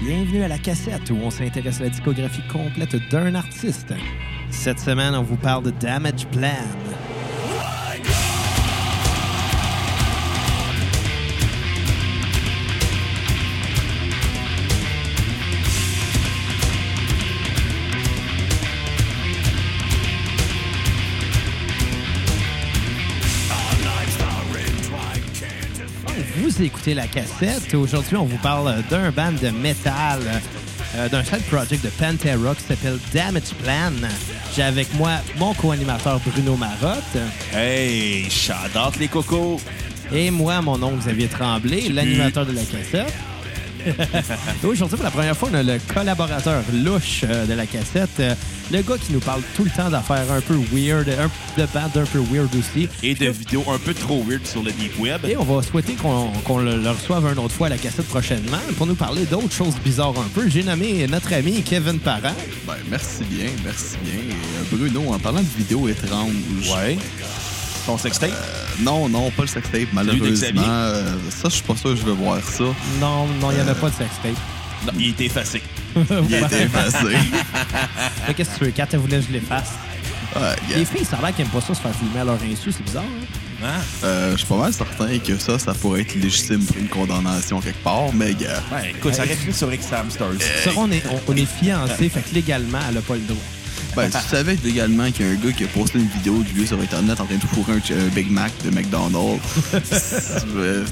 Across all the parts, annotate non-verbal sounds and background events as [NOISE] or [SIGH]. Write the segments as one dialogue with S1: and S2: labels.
S1: Bienvenue à la cassette où on s'intéresse à la discographie complète d'un artiste. Cette semaine, on vous parle de Damage Plan. Vous écoutez la cassette. Aujourd'hui, on vous parle d'un band de métal, euh, d'un side project de Pantera qui s'appelle Damage Plan. J'ai avec moi mon co-animateur Bruno Marotte
S2: Hey, j'adore les cocos.
S1: et moi, mon nom Xavier Tremblay, l'animateur de la cassette. [LAUGHS] Aujourd'hui, pour la première fois, on a le collaborateur louche euh, de la cassette, euh, le gars qui nous parle tout le temps d'affaires un peu weird, un- de bandes un peu weird aussi.
S2: Et de vidéos un peu trop weird sur le deep web.
S1: Et on va souhaiter qu'on qu'on le, le reçoive une autre fois à la cassette prochainement pour nous parler d'autres choses bizarres un peu. J'ai nommé notre ami Kevin Parent.
S3: Ben, merci bien, merci bien. Et, euh, Bruno, en parlant de vidéos étranges.
S2: Ouais. Ton sextape?
S3: euh, non, non, pas le sextape, malheureusement.
S2: d'Xavier?
S3: Euh, ça, je suis pas sûr que je veux voir ça.
S1: Non, non, il n'y en a pas de sextape.
S2: Non, il est effacé.
S3: Il a
S2: [LAUGHS]
S3: été effacé.
S1: Mais Qu'est-ce que tu veux, Kat, elle voulait que je l'efface.
S3: Ah, yeah.
S1: Les filles, ça a l'air qu'elles n'aiment pas ça se faire filmer à leur insu, c'est bizarre. hein?
S2: Hein?
S3: Euh, je suis pas mal certain que ça, ça pourrait être légitime pour une condamnation quelque part, mais gars.
S2: Ben, écoute, ça reste sur X Hamsters.
S1: Ça, on est, on, on est fiancés, fait que légalement, elle n'a pas le droit.
S3: Ben, tu savais également qu'il y a un gars qui a posté une vidéo de lui sur Internet en train de fourrer un, ch- un Big Mac de
S2: [LAUGHS]
S3: McDonald's. Euh,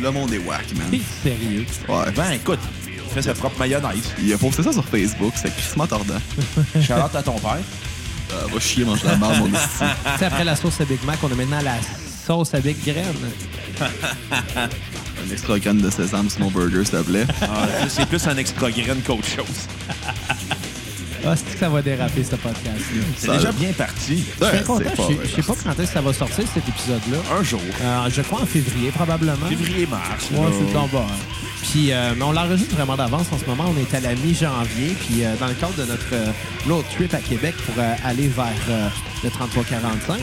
S3: le monde est whack, man.
S1: T'es sérieux?
S3: Ouais.
S2: Ben, écoute, il fait sa propre mayonnaise.
S3: Il a posté ça sur Facebook, c'est crissement tordant.
S2: Charlotte à ton père.
S3: Euh, va chier, mange la merde, mon esti.
S1: C'est après la sauce à Big Mac, on a maintenant la sauce à Big Graine.
S3: Un extra graine de sésame sur mon burger, s'il te
S1: [LAUGHS]
S3: plaît. [LAUGHS]
S2: Ah, c'est plus un extra graine qu'autre chose.
S1: Ah, c'est que ça va déraper, ce podcast-là.
S2: C'est
S3: Ça-
S2: déjà bien parti.
S1: Je suis
S3: Ouais,
S1: bien content.
S3: c'est
S1: Je sais-
S3: vrai.
S1: je sais pas quand est-ce que ça va sortir, cet épisode-là.
S2: Un jour.
S1: Euh, je crois en février, probablement.
S2: Février-mars.
S1: Ouais, c'est le temps bas, hein. Puis, euh, mais on l'enregistre vraiment d'avance en ce moment. On est à la mi-janvier. Puis, euh, dans le cadre de notre euh, road trip à Québec pour euh, aller vers euh, le 3345,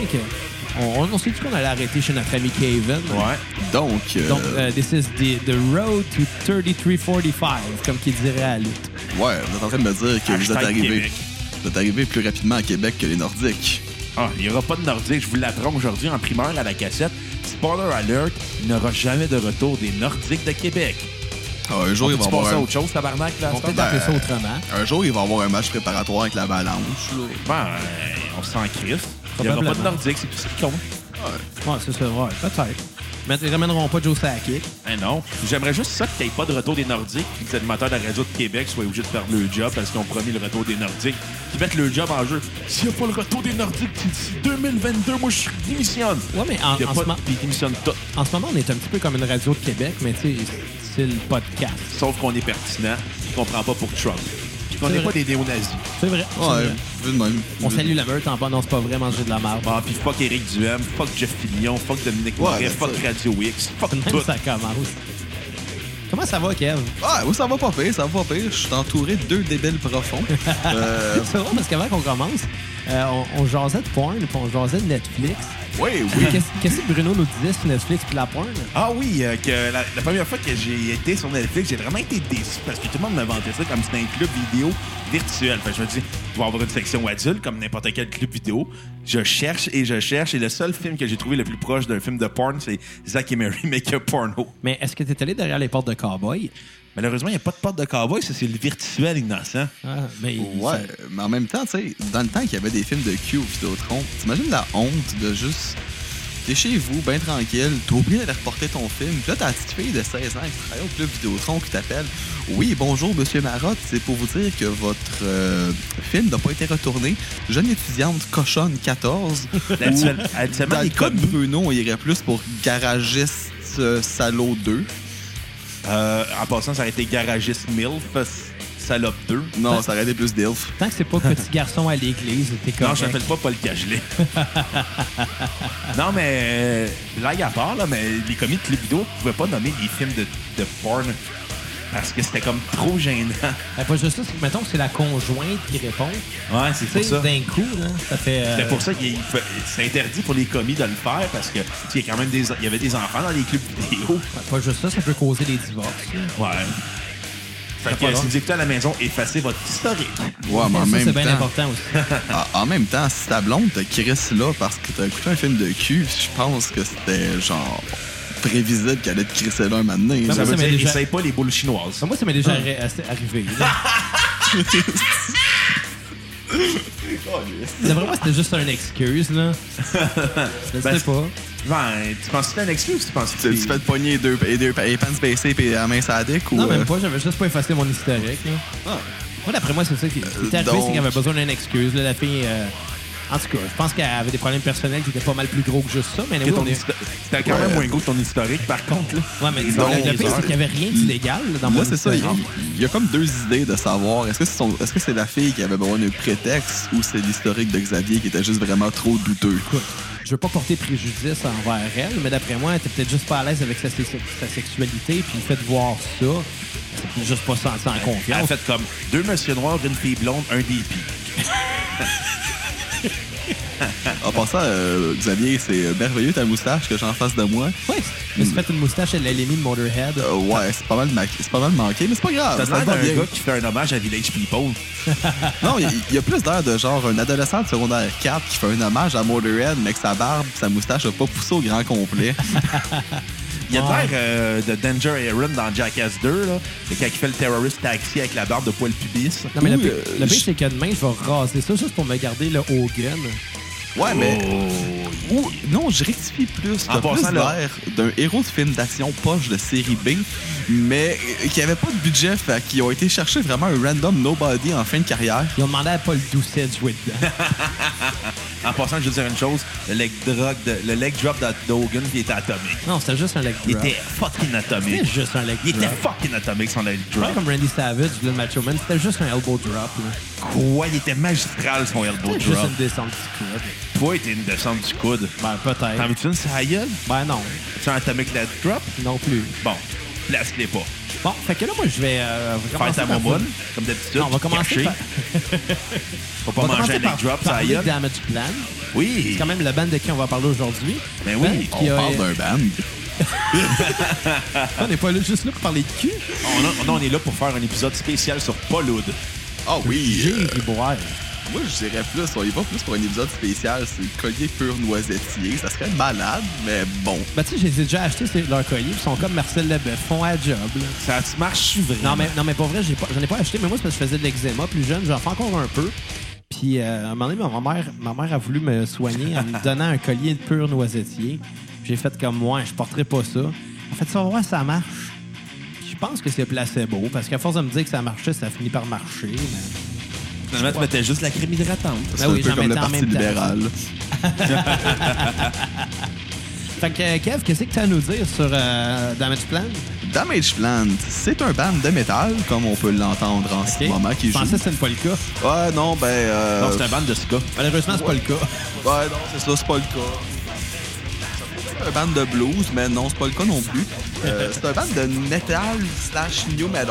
S1: on, on, on s'est dit qu'on allait arrêter chez notre ami Kevin.
S2: Ouais.
S3: Donc, euh,
S1: Donc, euh, this is the, the road to 3345, comme qu'il dirait à Lutte.
S3: ouais, vous êtes en train de me dire que vous
S2: Hashtag
S3: êtes arrivé.
S2: Québec.
S3: Vous êtes arrivé plus rapidement à Québec que les Nordiques.
S2: Ah, il n'y aura pas de Nordique. Je vous l'apprends aujourd'hui en primaire à la cassette. Spoiler alert, il n'y aura jamais de retour des Nordiques de Québec.
S3: Ah, un jour,
S2: On
S3: il va
S2: peut-tu
S3: avoir
S2: passer à
S3: un...
S2: autre chose, tabarnak, là, à
S1: On
S2: ce
S1: peut
S2: temps?
S1: appeler ça autrement.
S3: un jour, il va avoir un match préparatoire avec l'Avalanche. là.
S2: Ben, on s'en crisse. Il n'y aura pas de
S1: Probablement.
S2: Nordique, c'est tout ce qui compte.
S1: Ouais, c'est ça. Ouais, peut-être. Mais ils ramèneront pas Joe Sakic.
S2: Eh non. J'aimerais juste ça que t'aies pas de retour des Nordiques puis que les animateurs de la radio de Québec soient obligés de perdre leur job parce qu'ils ont promis le retour des Nordiques. Ils mettent leur job en jeu. S'il n'y a pas le retour des Nordiques d'ici 2022, moi, je démissionne.
S1: Ouais, mais en,
S2: Puis
S1: en
S2: pas
S1: ce moment-
S2: puis ils démissionnent tout.
S1: En ce moment, on est un petit peu comme une radio de Québec, mais tu sais, c'est le podcast.
S2: Sauf qu'on est pertinent et qu'on prend pas pour Trump. Puis qu'on
S1: C'est
S2: n'est pas
S1: vrai.
S2: des néo-nazis.
S1: C'est vrai. c'est
S3: Ouais,
S1: vrai.
S3: vu de même.
S1: On
S3: Vu-
S1: salue la meute en bas, non, c'est pas vrai manger de la merde.
S2: Ah, puis fuck Éric Duhem, fuck Jeff Fillion, fuck Dominique
S3: Ouais,
S2: Moret,
S3: ben,
S2: fuck
S3: ça-
S2: Radio X,
S1: [LAUGHS]
S2: fuck
S1: Même
S2: tout.
S1: ça commence. Comment ça va, Kev?
S3: Ouais, Ah, oui, ça va pas pire, ça va pas pire. Je suis entouré de deux débiles profonds. Euh,
S1: [LAUGHS] C'est vrai, parce qu'avant qu'on commence, euh, on, on jasait de porn, puis on jasait de Netflix.
S2: Oui, oui.
S1: Puis Qu'est-ce qu'est-ce que Bruno nous disait sur Netflix puis la porn?
S2: Ah oui, euh, que la, la première fois que j'ai été sur Netflix, j'ai vraiment été déçu parce que tout le monde me vantait ça comme c'était un club vidéo virtuel. Fait que je me dis, tu vas avoir une section adulte comme n'importe quel club vidéo. Je cherche et je cherche et le seul film que j'ai trouvé le plus proche d'un film de porn, c'est Zack et Mary [LAUGHS] Make a Porno.
S1: Mais est-ce que t'es allé derrière les portes de cowboy?
S2: Malheureusement, il n'y a pas de porte de cowboy, ça c'est le virtuel innocent.
S1: Ah, mais
S3: Ouais, mais en même temps, tu sais, dans le temps qu'il y avait des films de cul au Vidéotron, t'imagines la honte de juste. T'es chez vous, bien tranquille, t'as oublié d'aller reporter ton film, puis là, t'as la petite fille de 16 ans qui travaille au club Vidéotron qui t'appelle. Oui, bonjour, monsieur Marotte, c'est pour vous dire que votre euh, film n'a pas été retourné. Jeune étudiante cochonne
S1: [LAUGHS]
S3: 14.
S2: Actuel-
S3: ou,
S2: Actuellement,
S3: dans le
S2: les
S3: cas
S2: codes.
S3: de Bruno, on irait plus pour garagiste euh, salaud 2.
S2: Euh, en passant, ça aurait été Garagiste MILF, Salope 2.
S1: Ben
S3: Non, ça aurait été plus DILF.
S1: Tant que c'est pas petit garçon à l'église, t'es
S2: Non,
S1: correct.
S2: je n'appelle pas Paul Cagelet. [LAUGHS] non, mais là, à part, là, mais les commis de club vidéo ne pouvaient pas nommer les films de, de porn parce que c'était comme trop gênant.
S1: Euh, Pas juste ça, c'est que mettons que c'est la conjointe qui répond.
S2: Ouais, c'est
S1: Tu sais, d'un coup, là, ça fait. euh,
S2: C'est pour ça que c'est interdit pour les commis de le faire parce que tu sais, il y a quand même des il y avait des enfants dans les clubs vidéo.
S1: Pas juste ça, ça peut causer des divorces. là.
S2: Ouais. Fait
S1: pas
S2: que si
S1: long.
S2: vous écoutez à la maison, effacez votre historique.
S3: Ouais, mais en
S1: Ça,
S3: même
S1: c'est bien
S3: temps.
S1: important aussi.
S3: Ah, en- En même temps, si ta blonde te crisse là parce que t'as écouté un film de cul, je pense que c'était genre prévisible qu'elle allait te crisser là un moment donné.
S1: Ben, moi,
S2: Ça veut
S1: ça m'est
S2: dire,
S1: déjà-
S2: essaye pas les boules chinoises.
S1: Ben, Moi, ça m'est déjà arri- assez arrivé.
S3: [LAUGHS]
S1: D'après moi, c'était juste une excuse, là. Je
S2: Ben,
S1: sais pas.
S2: Ben, tu penses que c'est un exclu ou tu penses que
S3: Tu tu fais te pogner les deux, les deux les pants baissés et la main sadique ou.
S1: Non, même
S3: euh,
S1: pas. J'avais juste pas effacé mon historique, là. Moi, d'après moi, c'est ça qui qui est arrivé,
S3: Ah. Euh, donc-
S1: c'est qu'elle avait besoin d'une excuse. là. La fille... euh, En tout cas, je pense qu'elle avait des problèmes personnels qui étaient pas mal plus gros que juste ça, mais anyway,
S2: ton
S1: on est-
S2: histo- T'as quand même
S3: Ouais.
S2: moins gros que ton historique, par contre. Là.
S1: Ouais, mais
S2: Donc,
S1: le- le pire, c'est qu'il y avait rien d'illégal là, dans mon
S3: Là, c'est ça. Il
S1: histoire.
S3: il y a comme deux idées de savoir. Est-ce que c'est son- est-ce que c'est la fille qui avait besoin d'un prétexte ou c'est l'historique de Xavier qui était juste vraiment trop douteux?
S1: Écoute, je veux pas porter préjudice envers elle, mais d'après moi, elle était peut-être juste pas à l'aise avec sa, sé- sa sexualité, puis le fait de voir ça, c'est peut-être juste pas senti en
S2: Elle a
S1: confiance.
S2: fait comme deux messieurs noirs, une fille blonde, un DP.
S3: En passant, euh, Xavier, c'est merveilleux ta moustache que j'en face de moi.
S1: Ouais, je me suis fait une moustache, elle l'a mis de Motorhead.
S3: Euh, ouais, c'est pas mal ma- c'est pas mal manqué, mais c'est pas grave.
S2: T'as
S3: ça
S2: l'air
S3: va
S2: d'un
S3: bien.
S2: gars qui fait un hommage à Village People.
S3: Non, il il y, a plus d'air de genre un adolescent de secondaire 4 qui fait un hommage à Motorhead, mais que sa barbe pis sa moustache a pas poussé au grand complet.
S2: Il y a de
S1: Ouais.
S2: l'air euh, de Danger Aaron dans Jackass 2, là. C'est quand il fait le terroriste taxi avec la barbe de poil pubis.
S1: Non, mais le
S3: oui,
S1: pire,
S3: euh,
S1: le pire,
S3: je-
S1: c'est que demain, je vais raser ça juste pour me garder le Hogan.
S3: Ouais, mais.
S2: Oh.
S3: Ou, non, je rectifie plus.
S2: En
S3: T'as plus
S2: passant, là-
S3: l'air d'un héros de film d'action poche de série B, mais qui avait pas de budget, fait qu'ils ont été chercher vraiment un random nobody en fin de carrière.
S1: Ils ont demandé à Paul Doucet de jouer
S2: [LAUGHS]
S1: dedans.
S2: En passant, je veux dire une chose, le leg, drop de- le leg drop de Dogan, il était atomique.
S1: non, c'était juste un leg
S2: Il
S1: drop.
S2: était fucking
S1: C'était
S2: atomique.
S1: juste un leg
S2: Il était
S1: drop.
S2: fucking atomique, son leg
S1: Pas
S2: drop.
S1: comme Randy Savage, le Macho Man, c'était juste un elbow drop. là.
S2: Quoi, il était magistral, son elbow
S1: C'était juste
S2: drop.
S1: une descente du coude.
S2: Toi, il était une descente du coude.
S1: Ben,
S2: T'en
S1: peut-être.
S2: veux-tu une sur la gueule?
S1: Ben, non.
S2: Tu as un atomic leg drop?
S1: Non plus.
S2: Bon, place-les pas.
S1: Bon, fait que là, moi, je vais. euh,
S2: Faire
S1: commencer
S2: ta
S1: par vous-
S2: bonbonne, comme d'habitude.
S1: Non, on va commencer
S2: cacher.
S1: par-
S2: Faut
S1: On
S2: pas
S1: va
S2: manger un
S1: commencer
S2: leg
S1: par
S2: drop, ça
S1: parler
S2: aïe.
S1: de Damage Plan. C'est
S2: Oui.
S1: quand même le band de qui on va parler aujourd'hui.
S2: Ben oui,
S1: Ben,
S3: On
S1: qui a- Ah,
S3: parle d'un band.
S1: On n'est pas là- juste là pour parler de cul.
S2: On, a- on a- on est là pour faire un épisode spécial sur Paul Hood.
S3: Ah oui!
S1: J'ai
S3: euh,
S1: boire.
S3: moi, je dirais plus, on y va plus pour un épisode spécial, c'est le collier pur noisettier. Ça serait malade, mais bon.
S1: Ben, tu sais, je les ai déjà achetés, c'est leur collier. Ils sont comme Marcel Leboeuf, font à job. là.
S2: Ça se marche vraiment.
S1: Non, mais, non, mais pour vrai, j'ai pas- j'en ai pas acheté, mais moi, c'est parce que je faisais de l'eczéma plus jeune. J'en fais encore un peu. Puis, euh, à un moment donné, ma mère, ma mère a voulu me soigner en me donnant un collier de pur noisettier. J'ai fait comme moi, je porterai pas ça. En fait, ça va voir, ça marche. Je pense que c'est placebo, parce qu'à force de me dire que ça marchait, ça finit par marcher. mais- Ben
S2: Finalement, tu mettais juste la crème hydratante.
S3: C'est
S1: oui,
S3: un peu
S1: j'en
S3: comme le
S1: mettais en
S3: Parti
S1: même temps.
S3: libéral.
S1: Fait que, euh, Kev, qu'est-ce que tu as à nous dire sur euh, Damage Plan?
S3: Damage Plant, c'est un band de métal, comme on peut l'entendre en ce moment, qui
S1: Je
S3: joue.
S1: pensais que c'était pas le cas.
S3: Ouais, non, ben. euh,
S2: Non, c'est un band de ska.
S1: Malheureusement, c'est pas le cas.
S3: Ouais, non, c'est ça, c'est pas le cas. C'est un band de blues, mais non, c'est pas le cas non plus.
S2: [LAUGHS]
S3: Euh, c'est un band de metal slash new metal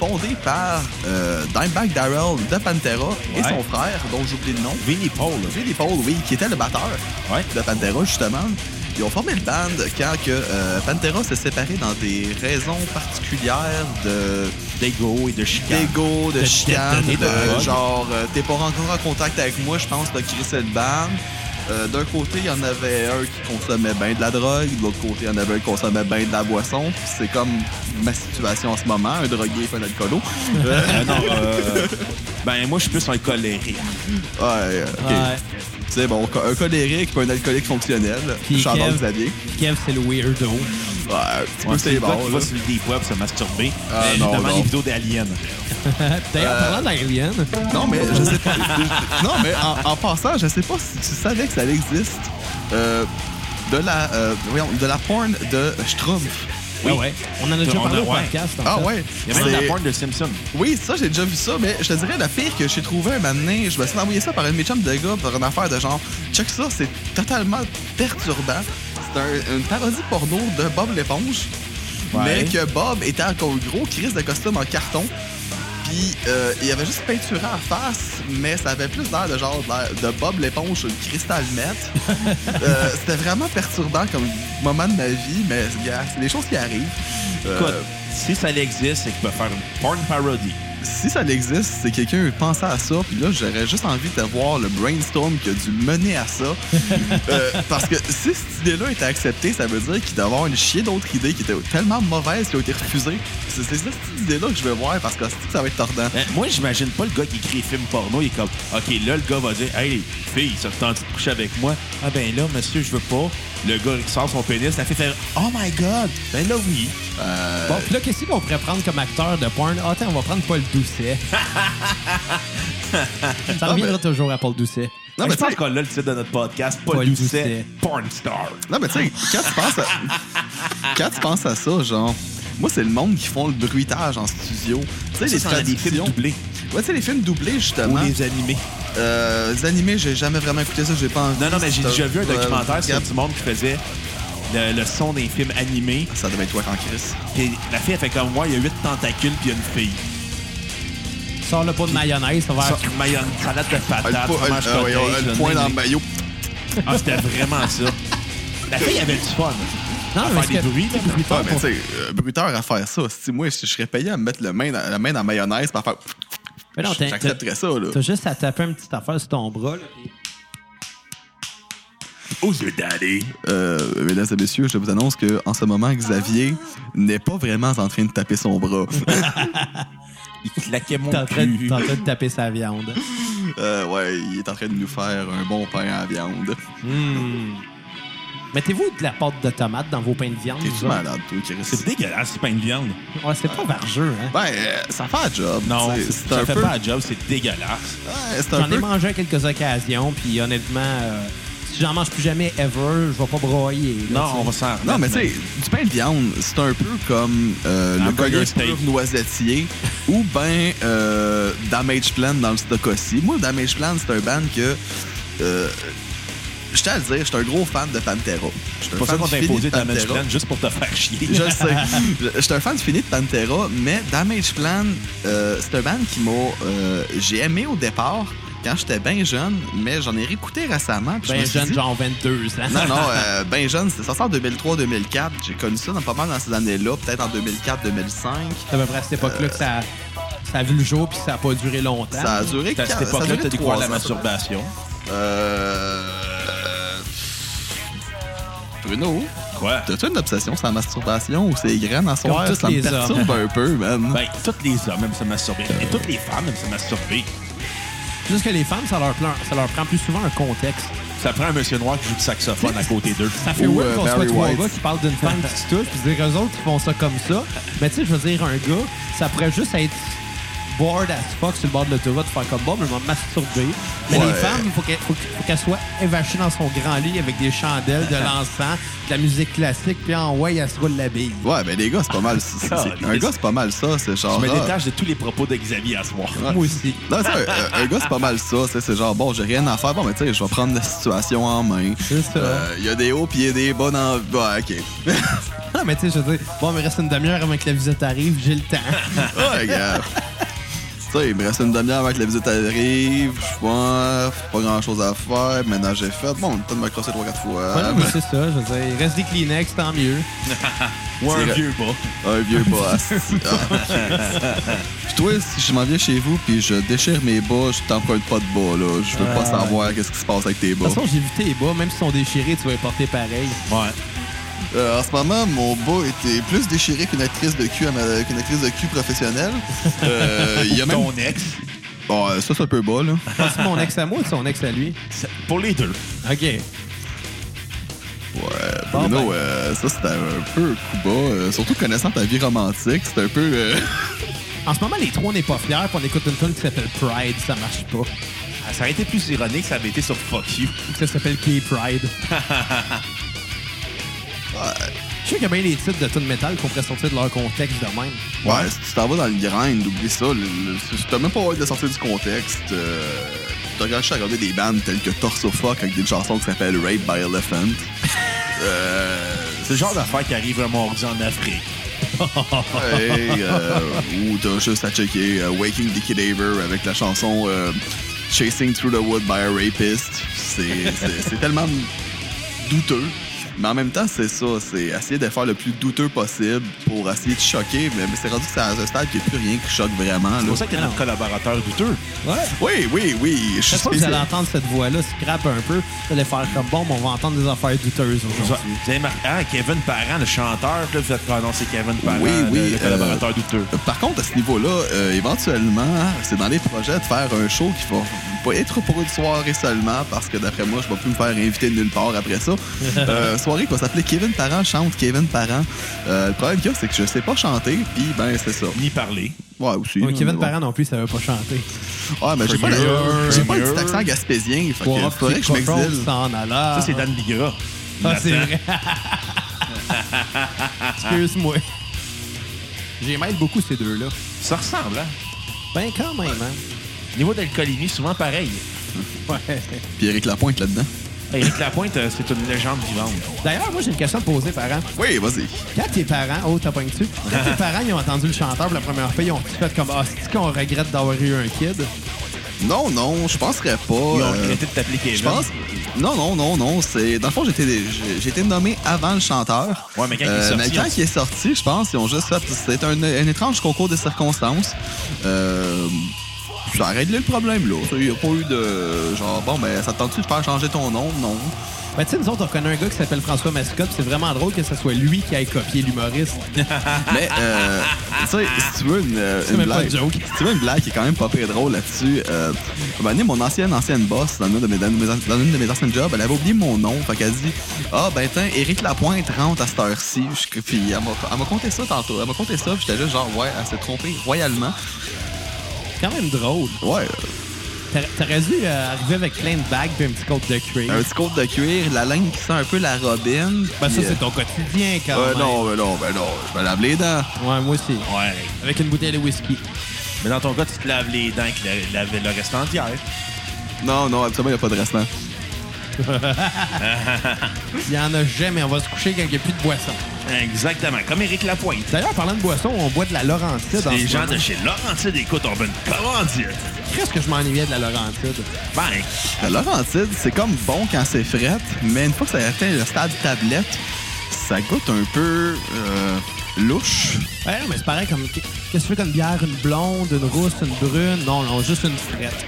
S3: fondé par euh, Dimebag Darrell de Pantera et
S2: Ouais.
S3: son frère, dont j'oublie le nom.
S2: Vinnie Paul.
S3: Vinnie Paul, oui, qui était le batteur
S2: Ouais.
S3: de Pantera, justement. Ils ont formé le band quand que, euh, Pantera s'est séparé dans des raisons particulières de
S2: D'ego et de chicane.
S3: d'ego, de
S1: De
S3: chicane,
S1: chicane,
S3: de,
S2: de drogue.
S3: genre euh, t'es pas encore en contact avec moi, je pense, t'as crissé le ban. Euh, D'un côté, il y en avait un qui consommait bien de la drogue, de l'autre côté, il y en avait un qui consommait bien de la boisson. Puis C'est comme ma situation en ce moment, un drogué et un alcoolo. Euh,
S2: Euh, non, euh, ben moi, je suis plus un colérique.
S3: ouais, euh, ok.
S1: Ouais.
S3: C'est bon, un colérique et un alcoolique fonctionnel.
S1: Puis
S3: Chandon
S1: Kev.
S3: Xavier.
S1: Kev, c'est le weirdo.
S3: Ouais, un petit peu
S2: Ouais,
S3: c'est
S2: le gars
S3: bon.
S2: qui
S3: là.
S2: va sur le deep web se masturber.
S3: Ah,
S2: euh,
S3: non,
S2: devant
S3: non.
S2: les vidéos d'Alien.
S1: D'ailleurs, parlant d'Alien,
S3: Non, mais je sais pas. [LAUGHS] non, mais en, en passant, je sais pas si tu savais que ça existe. Euh, de la, euh, voyons, de la porn de Schtroumpf.
S1: ah ouais, on en a déjà
S2: On
S1: parlé
S2: a-
S1: au
S2: ouais.
S1: podcast. en
S3: Ah
S1: fait.
S3: ouais.
S2: Il y a même
S3: c'est-
S2: la porn de Simpson.
S3: Oui, ça, j'ai déjà vu ça, mais je te dirais, la pire que j'ai trouvée un matin, je me suis envoyé ça par un de mes chums de gars par une affaire de genre, check ça, c'est totalement perturbant. C'est un- une parodie porno de Bob l'éponge,
S2: Ouais.
S3: mais que Bob était encore gros, crise de costume en carton. Puis euh, il y avait juste peinturé en face, mais ça avait plus l'air de genre de, de Bob l'éponge sur le cristal net. Euh, C'était vraiment perturbant comme moment de ma vie, mais gars, c'est des choses qui arrivent. Euh,
S2: Écoute, Si ça existe, c'est qu'ils peuvent faire une porn parodie.
S3: Si ça existe, c'est quelqu'un qui pensait à ça, puis là, j'aurais juste envie de voir le brainstorm qui a dû mener
S2: [LAUGHS]
S3: à ça. Euh, parce que si cette idée-là était acceptée, ça veut dire qu'il doit y avoir une chier d'autres idées qui étaient tellement mauvaises qui ont été refusées. C'est c'est ça, cette idée-là que je veux voir, parce que c'est- ça va être tordant.
S2: Ben, moi, j'imagine pas le gars qui écrit film porno, il est comme, OK, là, le gars va dire, Hey, fille, ça te tente de coucher avec moi? Ah, ben là, monsieur, je veux pas. Le gars, il sort son pénis, la fait faire, Oh my God! Ben là, oui.
S1: Bon, puis là, qu'est-ce qu'on pourrait prendre comme acteur de porn? Ah, attends, on va prendre Paul Doucet. ça reviendra toujours à Paul Doucet.
S3: Non,
S2: Ben, je
S3: mais
S2: pense
S3: tu sais-
S2: qu'on a le titre de notre podcast, Paul
S1: Paul
S2: Doucet,
S1: Doucet.
S2: porn star.
S3: Non, mais tu sais, quand tu
S2: [LAUGHS]
S3: penses à... quand tu penses à ça, genre... Moi, c'est le monde qui font le bruitage en studio. Tu sais, les
S2: Ça, c'est dans des films
S3: traductions.
S2: doublés
S3: Ouais, tu sais, les films doublés,
S2: ou
S3: justement.
S2: les animés.
S3: Euh, les animés, j'ai jamais vraiment écouté ça, j'ai pas envie.
S2: Non, non, mais j'ai
S3: C'est
S2: déjà vu un
S3: euh,
S2: documentaire sur
S3: Gab,
S2: du monde qui faisait le, le son des films animés.
S3: Ça devait être toi en crise.
S2: Puis la fille, elle fait comme moi, il y a huit tentacules, puis il y a une fille.
S1: Sors le pot de mayonnaise, ça va
S2: Ça, mais il y a une salade de
S3: Ah, Elle euh,
S2: patates, fromage cottage,
S3: le
S2: le
S3: point
S2: nez,
S3: dans le
S2: nez.
S3: maillot.
S2: Ah, c'était vraiment ça. La fille avait du fun.
S1: Non, Ah, mais
S2: faire des
S1: c'est que-
S2: bruits, là,
S1: c'est plus
S3: Ouais,
S1: tard
S3: mais
S1: pour-
S3: tu sais, euh, bruteur à faire ça. Si moi, si je serais payé à me mettre le main dans, la main dans la mayonnaise, pour faire.
S1: Mais non, t'as-
S3: J'accepterais ça, là.
S1: T'as juste à taper une petite affaire sur ton bras. là, puis-
S3: Oh,
S2: Aux yeux daddy.
S3: Euh, mesdames et messieurs, je vous annonce que en ce moment, Xavier n'est pas vraiment en train de taper son [LAUGHS] bras.
S2: Il claquait mon
S1: T'es en train de-
S2: cul.
S1: t'es en train de taper sa viande.
S3: Euh, ouais, il est en train de nous faire un bon pain à la viande.
S1: Hmm. Mettez-vous de la pâte de tomate dans vos pains de viande.
S3: T'es-tu
S1: vous autres?
S3: malade, toi, Chris?
S2: C'est dégueulasse, c'est pas une viande.
S1: Ouais, c'est pas vargeux, hein?
S3: Ben, euh, ça fait un job.
S2: Non,
S3: tu sais, c'est
S2: ça
S3: un
S2: fait
S3: peu.
S2: pas un job, c'est dégueulasse.
S3: Ouais, c'est Bah, un
S1: J'en ai
S3: peu.
S1: mangé à quelques occasions, puis honnêtement, euh, si j'en mange plus jamais ever, je vais pas broyer. là,
S2: Non, on va
S1: tu sais.
S2: s'en
S3: Non, mais tu
S2: remettre,
S3: sais, du pain de viande, c'est un peu comme euh, le
S2: Hamburger
S3: burger
S2: steak.
S3: pur noisettier ou ben euh, Damage Plan dans le Stokossi. Moi, Damage Plan, c'est un band que... Euh, je tiens à le dire, je suis un gros fan de Pantera.
S2: C'est pas ça qu'on t'a imposé
S3: de
S2: ta match
S3: Pantera.
S2: plan juste pour te faire chier.
S3: Je le sais. Je suis un fan fini de Pantera, mais Damage Plan, euh, c'est un band qui m'a. euh, j'ai aimé au départ quand j'étais bien jeune, mais j'en ai réécouté récemment. puis je me
S1: Ben
S3: suis
S1: jeune,
S3: dit-
S1: genre 22 ans.
S3: non, non, euh, ben jeune, c'est sorti en 2003-2004. J'ai connu ça dans, pas mal dans ces années-là, peut-être en 2004-2005.
S1: C'est [LAUGHS] à peu près à cette époque-là que ça, ça a vu le jour, puis ça a pas duré longtemps.
S3: Ça a duré
S2: À
S3: quatre-
S2: cette
S3: ça a
S2: époque-là,
S3: duré
S2: t'as découvert
S3: trois
S2: la
S3: ans.
S2: masturbation.
S3: Euh... Bruno,
S2: Quoi?
S3: t'as-tu une obsession sur la masturbation ou c'est graines à soir?
S1: tous
S3: Ça me
S1: les hommes.
S3: perturbe un peu, man.
S2: Ben, tous les hommes aiment se masturber. Et toutes les femmes aiment se masturber.
S1: Juste que les femmes, ça leur, plan- ça leur prend plus souvent un contexte.
S2: Ça prend un monsieur noir qui joue du saxophone à côté d'eux.
S1: Ça fait
S3: Ou,
S1: weird
S3: euh,
S1: qu'on soit
S3: Barry
S1: trois
S3: White.
S1: gars qui parlent d'une femme qui se touche, puis dire eux autres qui font ça comme ça. Mais tu sais, je veux dire, un gars, ça pourrait juste être bored as fuck sur le bord de l'autoroute, faire comme bon, mais je vais me masturber. Mais
S3: Ouais.
S1: les femmes, il faut qu'elles faut qu'elles- faut qu'elles soient évachées dans son grand lit avec des chandelles,
S3: [LAUGHS]
S1: de l'encens, de la musique classique, puis en ouais, elles se roulent la bille.
S3: Ouais, ben les gars, c'est pas mal. c'est- c'est-
S2: Caliste.
S3: un gars, c'est pas mal ça, c'est
S2: Je
S3: genre.
S2: me
S3: ah,
S2: détache de tous les propos de Xavier à ce soir.
S3: Ouais.
S1: Moi aussi.
S3: Non, tu sais, un, un gars, c'est pas mal ça. tu sais, C'est genre, bon, j'ai rien à faire. Bon, mais tu sais, je vais prendre la situation en main.
S1: C'est ça.
S3: Euh, Il y a des hauts, puis il y a des bas dans. Ouais, ok.
S1: Non, mais tu sais, je veux dire, bon, il me reste une demi-heure avant que la visite arrive, j'ai le temps.
S3: Ouais, gars. [LAUGHS] Tu sais, il me reste une demi-heure avant que la visite arrive. Je vois, pas grand-chose à faire. Maintenant, j'ai fait. Bon, le temps de me crosser 3-4 fois.
S1: Ouais, non, mais c'est ça, je veux dire, il reste des Kleenex, tant mieux.
S2: Ou un
S3: C'est-
S2: vieux bas.
S3: Un vieux bas. asti. Ah, Puis toi, si je m'en viens chez vous puis je déchire mes bas, je t'emprunte pas de bas, là. Je veux pas savoir qu'est-ce qui se passe avec
S1: De
S3: tes bas.
S1: toute façon, j'ai vu tes bas, même s'ils sont déchirés, tu vas les porter pareil.
S2: Ouais.
S3: Euh, en ce moment, mon bas était plus déchiré qu'une actrice de cul, à ma- qu'une actrice de cul professionnelle. Euh, Il y a même.
S2: Ton ex,
S3: Bon, euh, ça, c'est un peu bas, là.
S1: Parce que mon ex à moi ou son ex à lui?
S2: ça- pour les deux.
S1: OK.
S3: Ouais,
S1: Bon,
S3: Bruno,
S1: ben.
S3: euh, ça, c'était un peu coup bas. Euh, surtout connaissant ta vie romantique, c'était un peu. euh,
S1: En ce moment, les trois, on n'est pas fiers, puis on écoute une tune qui s'appelle Pride, ça marche pas. Ou
S2: Ah, Ça aurait été plus ironique, ça avait été sur Fuck You.
S1: que ça s'appelle Gay Pride. Je sais qu'il y a bien les titres de tunes métal qu'on pourrait sortir de leur contexte de même.
S3: Ouais, si tu t'en vas dans le grind, oublie ça. le- le- Tu t'as même pas envie de sortir du contexte. Euh, T'as gâché à regarder des bandes telles que Torso Fuck avec des chansons qui s'appellent Rape by Elephant. [LAUGHS] euh.
S2: C'est le genre d'affaire qui arrive un mardi en Afrique.
S3: Hey, euh, ou t'as juste à checker euh, Waking the Cadaver avec la chanson euh, Chasing Through the Wood by a Rapist. C'est- C'est c'est tellement douteux. Mais en même temps, c'est ça. C'est essayer de faire le plus douteux possible pour essayer de choquer. Mais, mais c'est rendu que c'est à un stade qu'il n'y a plus rien qui choque vraiment.
S2: C'est
S3: là.
S2: pour ça qu'il y a un
S1: non.
S2: collaborateur douteux.
S1: Ouais.
S3: Oui, oui, oui. Je suis
S1: Chaque fois que vous allez
S3: spécial.
S1: entendre cette voix-là scrap un peu, vous allez faire comme bon, mais on va entendre des affaires douteuses
S2: Vous
S1: aujourd'hui.
S2: avez marqué, ah, Kevin Parent, le chanteur, puis là, vous êtes prononcé Kevin Parent,
S3: Oui,
S2: le-
S3: oui,
S2: le, collaborateur
S3: euh,
S2: douteux.
S3: Par contre, à ce niveau-là, euh, éventuellement, c'est dans les projets de faire un show qui va pas être pour une soirée seulement, parce que d'après moi, je vais plus me faire inviter de nulle part après
S1: [LAUGHS]
S3: ça. Euh, soirée qui va s'appeler Kevin Parent chante Kevin Parent. Euh, le problème qu'il y a, c'est que je sais pas chanter, puis ben c'est ça.
S2: Ni parler.
S3: Ouais, aussi.
S1: Ouais, Kevin
S3: mais bon.
S1: Parent non plus, ça veut pas chanter.
S3: Ah, mais j'ai pas,
S2: Premier,
S3: le- j'ai pas le
S2: premier.
S3: petit accent gaspésien, fait que
S1: Trois
S3: faudrait que je
S1: petits cochons
S3: m'exile.
S1: s'en allèrent.
S2: Ça,
S3: ah.
S2: c'est Dan Bigra.
S1: Ah, c'est
S2: Nathan.
S1: vrai. [LAUGHS] Excuse-moi. J'aimais beaucoup ces deux-là.
S2: Ça ressemble, hein?
S1: Ben, quand même, hein.
S2: Niveau d'alcoolémie, souvent pareil.
S1: Ouais.
S3: Puis Eric Lapointe là-dedans.
S2: Éric Lapointe, euh, c'est une légende vivante.
S1: D'ailleurs, moi, j'ai une question à poser, parents.
S3: Oui, vas-y.
S1: Quand tes parents, oh, t'as pas dessus, quand tes parents, ils ont entendu le chanteur pour la première fois, ils ont fait comme, ah, c'est qu'on regrette d'avoir eu un kid.
S3: Non, non, je penserais
S2: Ils
S3: pas.
S2: ont
S3: euh,
S2: regretté de t'appeler Kevin.
S3: Je pense. Non, non, non, non. C'est dans le fond, j'étais j'ai- j'ai été nommé avant le chanteur.
S2: Ouais, mais quand il est
S3: Euh,
S2: sorti,
S3: mais quand
S2: on-
S3: il est sorti, je pense, ils ont juste fait. C'est un, un étrange concours de circonstances. Euh, ça a réglé le problème, là. Il n'y a pas eu de. Genre, bon, ben, ça te tente-tu de faire changer ton nom? Non.
S1: Ben, tu sais, nous autres, on connaît un gars qui s'appelle François Mascotte, puis c'est vraiment drôle que ce soit lui qui aille copier l'humoriste.
S3: Mais, euh, [LAUGHS] tu sais, si tu veux une, euh,
S1: C'est
S3: une
S1: même pas
S3: blague.
S1: une joke.
S3: Si tu veux une blague qui est quand même pas pire drôle là-dessus, euh, un moment donné, mon ancienne, ancienne boss, dans une de mes, dans une de mes- dans une de mes anciennes jobs, elle avait oublié mon nom. Fait qu'elle dit Ah, ben, tiens, Éric Lapointe rentre à cette heure-ci. Je- Puis elle m'a elle m'a compté ça tantôt. Elle m'a compté ça, puis j'étais juste genre, ouais, elle s'est trompée royalement.
S1: quand même drôle.
S3: Ouais,
S1: T'aurais- T'aurais dû euh, arriver avec plein de bagues puis un petit coat de cuir.
S3: un petit coat de cuir, la langue qui sent un peu la robine.
S1: Ben, ça,
S3: puis,
S1: c'est hein. ton quotidien, quand
S3: euh,
S1: même.
S3: non, ben non, ben non, je vais laver les dents.
S1: Ouais, moi aussi.
S2: Ouais.
S1: Avec une bouteille de whisky.
S2: Mais dans ton cas, tu te laves les dents avec le, la- le reste entière.
S3: Non, non, absolument, il n'y a pas de restant.
S1: Il y en a jamais. On va se coucher quand il n'y a plus de boisson.
S2: Exactement, comme Éric Lapointe.
S1: D'ailleurs, parlant de boisson, on boit de la Laurentide. en
S2: Les
S1: ce
S2: gens
S1: moment.
S2: de chez Laurentide, écoute, on veut une commandite.
S1: Qu'est-ce que je m'ennuyais de la Laurentide?
S2: Ben,
S3: La Laurentide, c'est comme bon quand c'est frette, mais une fois que ça atteint le stade tablette, ça goûte un peu euh, louche.
S1: Ouais, mais c'est pareil comme. Qu'est-ce que tu veux comme bière? Une blonde, une rousse, une brune? Non, non, juste une frette.